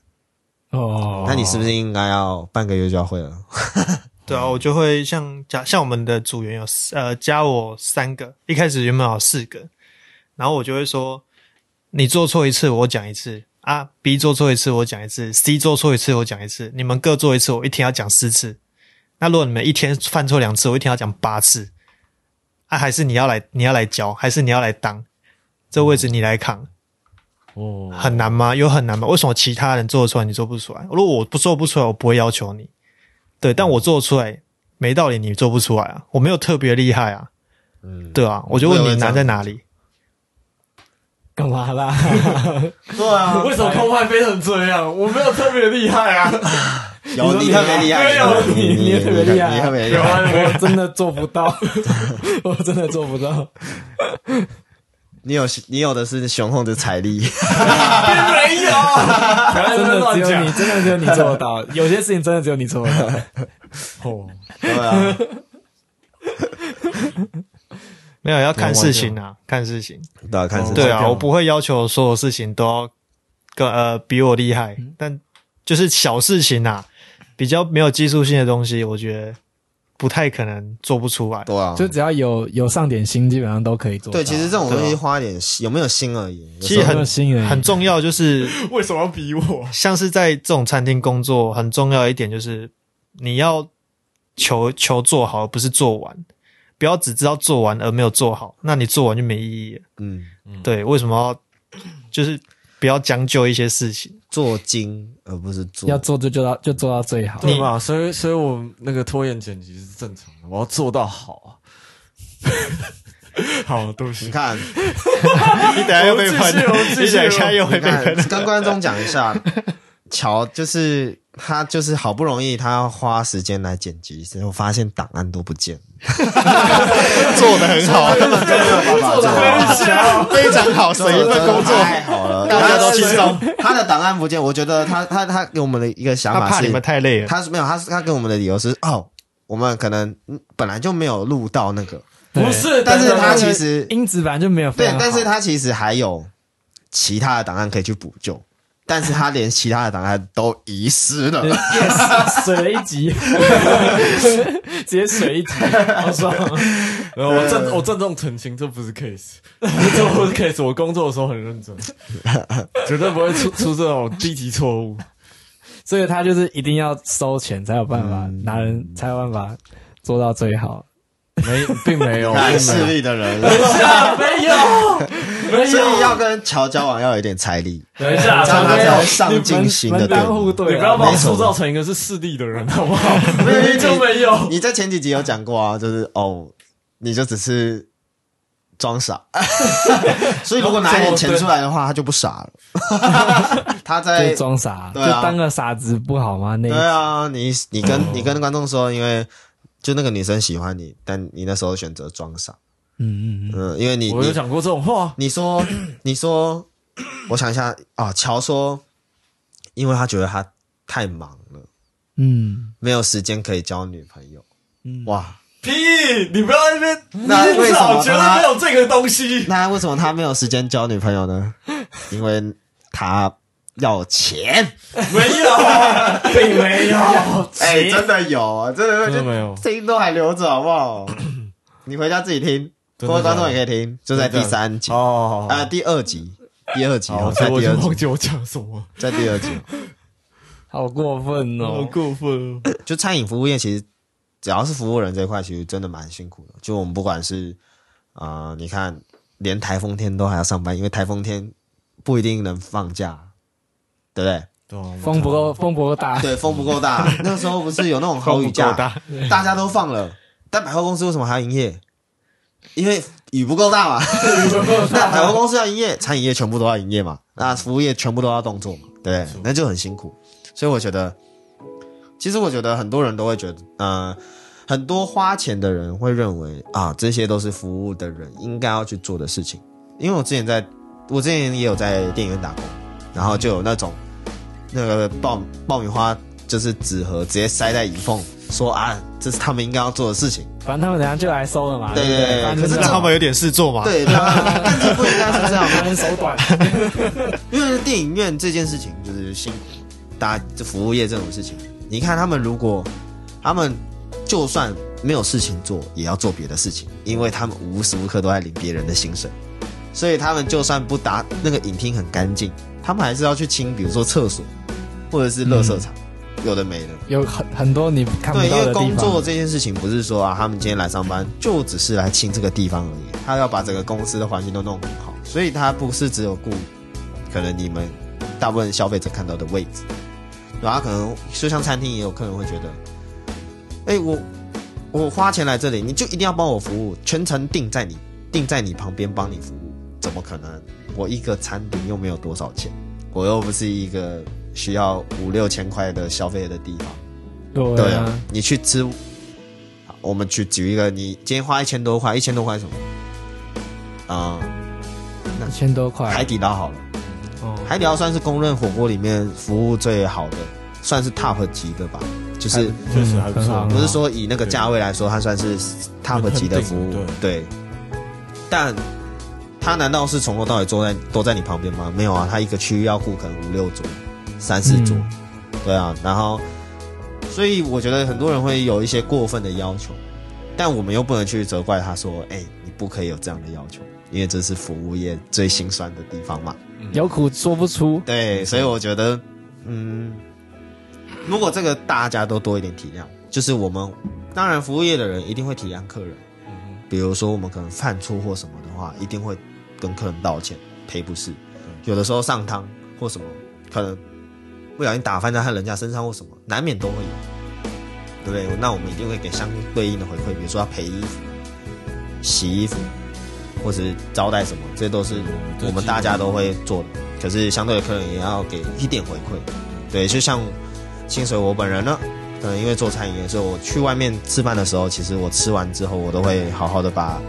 哦，那你是不是应该要半个月就要会了？对啊，我就会像加像我们的组员有呃加我三个，一开始原本有四个，然后我就会说，你做错一次我讲一次啊，B 做错一次我讲一次，C 做错一次我讲一次，你们各做一次，我一天要讲四次。那如果你们一天犯错两次，我一天要讲八次。啊，还是你要来你要来教，还是你要来当，这位置你来扛。 哦，很难吗？有很难吗？为什么其他人做得出来，你做不出来？如果我不做不出来，我不会要求你。对，但我做得出来，没道理你做不出来啊！我没有特别厉害啊，嗯，对啊，我就问你难在哪里？干嘛啦？对啊，为什么空派飞成这样？我没有特别厉害啊，有你特别厉害，有 你你特别厉害你特别厉有害。啊，我真的做不到， 我真的做不到。你有你有的是雄厚的财力，没有，不要在真那边的只乱有讲你，。真的只有你做得到。有些事情真的只有你做得到。哦， 对啊，没有，要看事情啊，看事情。对啊，看是对这样啊，我不会要求所有事情都要跟呃比我厉害，但就是小事情啊，比较没有技术性的东西，我觉得不太可能做不出来。对啊，就只要有有上点心，基本上都可以做到。对，其实这种东西对啊花一点有没有心而已。有时其实候很很新人，很重要就是为什么要逼我？像是在这种餐厅工作，很重要一点就是你要求求做好，而不是做完。不要只知道做完而没有做好，那你做完就没意义了。嗯，对，为什么要就是不要将就一些事情？做精而不是做要做就就到就做到最好。对嘛？所以，所以我那个拖延剪辑是正常的，我要做到好啊。好，对不你 起。看，你等下又被喷我们继，续你等下又你会被看喷。，跟观众讲一下，乔就是他就是好不容易他花时间来剪辑，结果发现档案都不 见了，做的很 好，根本就没有办法做好。非常好，省一份工作。太好了，大家都轻松。他的档案不见，我觉得他他他给我们的一个想他法怕是你，们太累了，他是没有，他是他给我们的理由是哦，我们可能嗯本来就没有录到那个，对不是，但是等等他等其等实音质本来就没有啊非对常，好但 是他其实还有其他的档案可以去补救，但是他连其他的档案都遗失了。 yes 水了一集， 直接水一集，好爽。然后我郑我郑重澄清，这不是 case，这不是 case。我工作的时候很认真，绝对不会出出这种低级错误。所以他就是一定要收钱才有办法嗯拿人，才有办法做到最好。没，并没 有，看并势没有。力的人，没有，没所以要跟乔交往要有一点财力，等一下，这样他没才有会上进心的门对当户你。你对啊，不要把我没错塑造成一个是势利的人，好不好？没有因为你就没 有。你在前几集有讲过啊，就是哦，你就只是装 傻，所以如果拿一点钱出来的话，他就不傻了。 他在就装傻，对就啊当个傻子不好吗？那对一啊，你你跟你跟观众说，因为就那个女生喜欢你，但你那时候选择装傻，嗯嗯嗯，嗯，因为你我有你讲过这种话，你说你说，我想一下啊，乔说，因为他觉得他太忙了，嗯没有时间可以交女朋友，嗯，哇，屁！你不要在那边那捏为什造么绝对他没有这个东西。那为什么他没有时间交女朋友 呢？因为他要钱。没有，并没有。哎、真的有啊，真的真的没有听都还留着，好不 好？你回家自己听，真的假的各位观众也可以听，就在第三集啊、哦，呃第二集，第二集，哦好，在所以我第就二忘集，记我讲什么，在第二集，好过分好哦！过分哦。就餐饮服务业其实只要是服务人这一块，其实真的蛮辛苦的。就我们不管是啊、呃你看连台风天都还要上班，因为台风天不一定能放假，对不对？对啊，风不够，风不够 大，对，风不够大，那时候不是有那种豪雨够假，大， 大家都放了，但百货公司为什么还要营业？因为雨不够大嘛。 那百货公司要营业，餐饮业全部都要营业嘛，那服务业全部都要动作嘛，对不对，那就很辛苦。所以我觉得，其实我觉得很多人都会觉得，呃，很多花钱的人会认为啊，这些都是服务的人应该要去做的事情。因为我之前在，我之前也有在电影院打工，然后就有那种那个爆爆米花就是纸盒直接塞在椅缝，说啊，这是他们应该要做的事情。反正他们等一下就来收了嘛。对对对对反正可是就让他们有点事做嘛。，对，但是不应该是这样。男人手 短，因为电影院这件事情就是辛苦，大家这服务业这种事情，你看他们如果他们就算没有事情做，也要做别的事情，因为他们无时无刻都在领别人的薪水，所以他们就算不打那个影厅很干净，他们还是要去清，比如说厕所或者是垃圾场，有的没的。有很很多你看不对，因到为的地工方作。这件事情不是说啊，他们今天来上班就只是来清这个地方而已，他要把整个公司的环境都弄很好，所以他不是只有顾可能你们大部分消费者看到的位置，然后可能就像餐厅也有客人会觉得，哎，我我花钱来这里，你就一定要帮我服务，全程定在你定在你旁边帮你服务，怎么可能？我一个餐点又没有多少钱，我又不是一个需要五六千块的消费的地方。对对啊啊，，你去吃，好我们去举一个，你今天花一千多块，一千多块什么？啊、一千多海块，底捞好了，哦海底捞算是公认火锅里面服务最好的，算是 top 级的吧，就是确实还不错嗯很好，不是说以那个价位来说，它算是 top 级的服务很，对。但他难道是从头到尾坐在都在你旁边吗？没有啊，他一个区域要顾可能五六桌、三嗯四桌，对啊。然后，所以我觉得很多人会有一些过分的要求，但我们又不能去责怪他说，哎、你不可以有这样的要求，因为这是服务业最心酸的地方嘛。有苦说不出。对，所以我觉得，嗯，如果这个大家都多一点体谅，就是我们当然服务业的人一定会体谅客人，比如说我们可能犯错或什么的话，一定会跟客人道歉赔不是，有的时候上汤或什么，可能不小心打翻在他人家身上或什么，难免都会有，对不对？那我们一定会给相对应的回馈，比如说要赔衣服、洗衣服，或者是招待什么，这都是我们大家都会做的。可是相对的客人也要给一点回馈，对，就像薪水我本人呢，可呃能因为做餐饮业，所以我去外面吃饭的时候，其实我吃完之后，我都会好好的把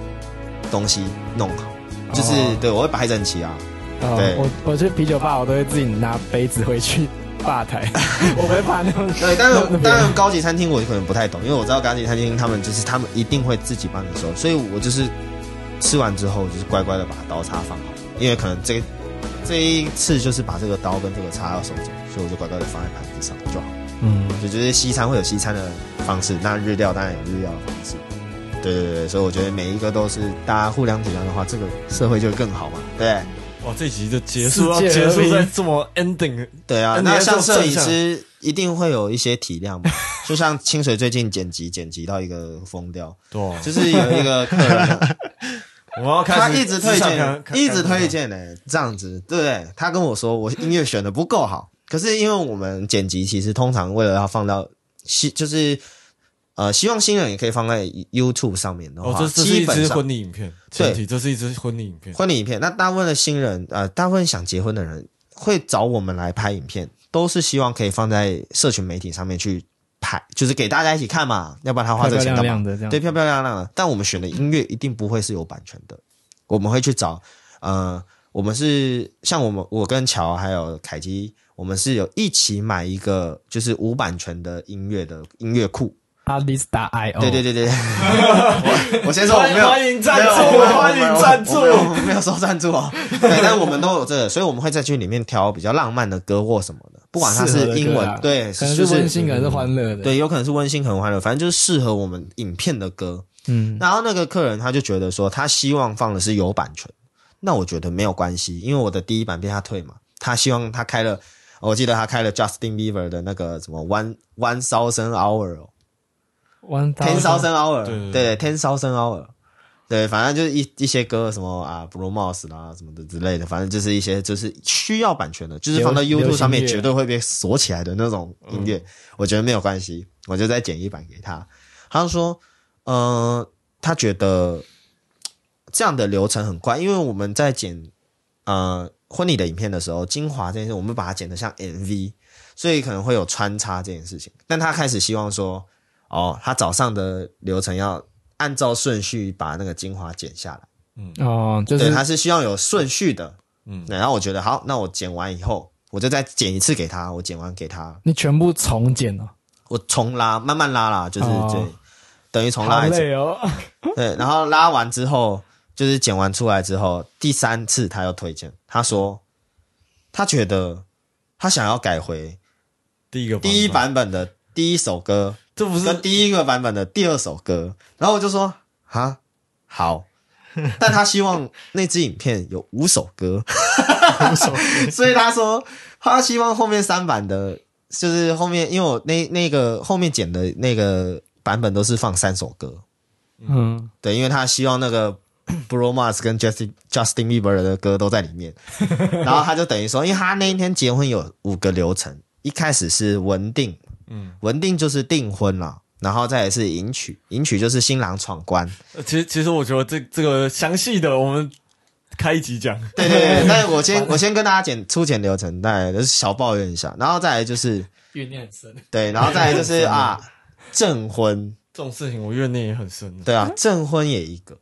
东西弄好，就是、哦对我会摆整齐啊，哦对我我去啤酒吧，我都会自己拿杯子回去 吧台，我不会怕那种。对，但是当然高级餐厅我可能不太懂，因为我知道高级餐厅他们就是他们一定会自己帮你收，所以我就是吃完之后就是乖乖的把刀叉放好，因为可能这这一次就是把这个刀跟这个叉要收走，所以我就乖乖的放在盘子上就好。嗯，就就是西餐会有西餐的方式，那日料当然有日料的方式。对对对，所以我觉得每一个都是大家互相体谅的话，这个社会就更好嘛，对不对？哇，这集就结束要世界结和束平在这么 ending，对啊，那那哎你要像做摄影正向师一定会有一些体谅 嘛，就像清水最近剪辑剪辑到一个疯 掉，对啊，就是有一个客人，我们要他开始一直推想 看荐，看一直推荐呢、这样子，对不对？他跟我说我音乐选的不够好，可是因为我们剪辑其实通常为了要放到希，就是呃希望新人也可以放在 YouTube 上面的话，哦，这这是基一本支上婚礼影片，前提这是一支婚礼影片，婚礼影片。那大部分的新人，呃，大部分想结婚的人会找我们来拍影片，都是希望可以放在社群媒体上面去拍，就是给大家一起看嘛，要不然他花漂这个漂钱亮干嘛？亮的这样。对，漂漂亮亮的。但我们选的音乐一定不会是有版权的，我们会去找，呃，我们是像我们我跟乔还有凯基，我们是有一起买一个就是无版权的音乐的音乐库，阿里斯达 I O，对对对对，我我先说我没有欢迎赞助没有我没有欢迎赞助我没有我没有我没有收赞助啊。对，但我们都有这个，所以我们会在剧里面挑比较浪漫的歌或什么的，不管它适合是的歌英啊文，对，可能就是温馨，可能是欢乐的。对，有可能是温馨很欢乐，反正就是适合我们影片的歌。嗯，然后那个客人他就觉得说，他希望放的是有版权，那我觉得没有关系，因为我的第一版被他退嘛，他希望他开了，我记得他开了 Justin Bieber 的那个什么 One One Thousand Hour 哦。 One Ten Thousand Thousand Hour，对对，Ten Thousand Hour，对，反正就是一一些歌什么啊，Blue Mouse 啦什么的之类的，反正就是一些就是需要版权的，就是放到流 YouTube 上面流行乐嗯绝对会被锁起来的那种音乐，我觉得没有关系，我就再剪一版给他。他说，呃，他觉得这样的流程很快，因为我们在剪呃婚礼的影片的时候，精华这件事，我们把它剪得像 MV，所以可能会有穿插这件事情。但他开始希望说，哦，他早上的流程要按照顺序把那个精华剪下来。哦，就对，是他是希望有顺序的。嗯嗯，然后我觉得好，那我剪完以后，我就再剪一次给他，我剪完给他，你全部重剪哦，我重拉，慢慢拉啦，就是哦对，等于重好拉一次。累 哦。对，然后拉完之后，就是剪完出来之后，第三次他又推荐，他说他觉得他想要改回第一个第一版版本的第一首歌，这不跟是第一个版本的第二首歌，然后我就说啊， 好，但他希望那支影片有五首歌，所以他说他希望后面三版的，就是后面因为我那那个后面剪的那个版本都是放三首歌，嗯，对，因为他希望那个 Bruno Mars 跟 Justin Justin Bieber 的歌都在里面，然后他就等于说，因为他那一天结婚有五个流程，一开始是文定，嗯，文定就是订婚了，然后再来是迎娶，迎娶就是新郎闯关，呃其实其实我觉得这这个详细的我们开一集讲，对对对，但是我先我先跟大家简粗浅流程，大概就是小抱怨一下，然后再来就是怨念很深。对，然后再来就是啊证婚，这种事情我怨念也很深的。对啊证婚也一个，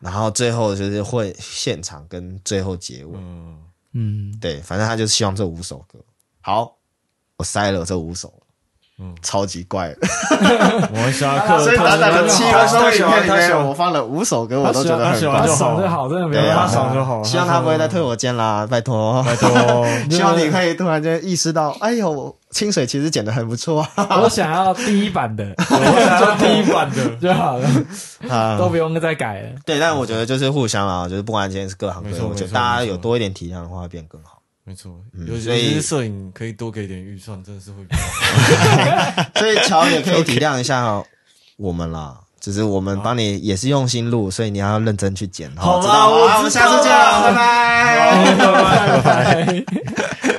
然后最后就是会现场跟最后结尾。嗯，嗯，对，反正他就是希望这五首歌。好，我塞了这五首，嗯嗯，超级怪的，我们下课，所以短短的七分钟的喜影欢片里他喜面，欢我放了五首歌，我都觉得他喜很欢怪就好他。爽就好，真的没对有啊他爽就好 了，希望他不会再退我肩啦，拜托。拜托。希望你可以突然间意识到，哎呦，我清水其实剪得很不 错啊我想要第一版 的我想要第一版的， 就好了，都啊。不用再改了。对，但我觉得就是互相啊，就是不管今天是各行各没业，错我觉没得错大家没错有多一点体谅的话，会变更好。没错，嗯尤其所以尤其是摄影，可以多给点预算，真的是会比较好。 所以乔也可以体谅一下我们啦，就是我们帮你也是用心录，所以你要认真去剪。好啦知道吗我好我们知道下次见，啦拜拜。拜拜。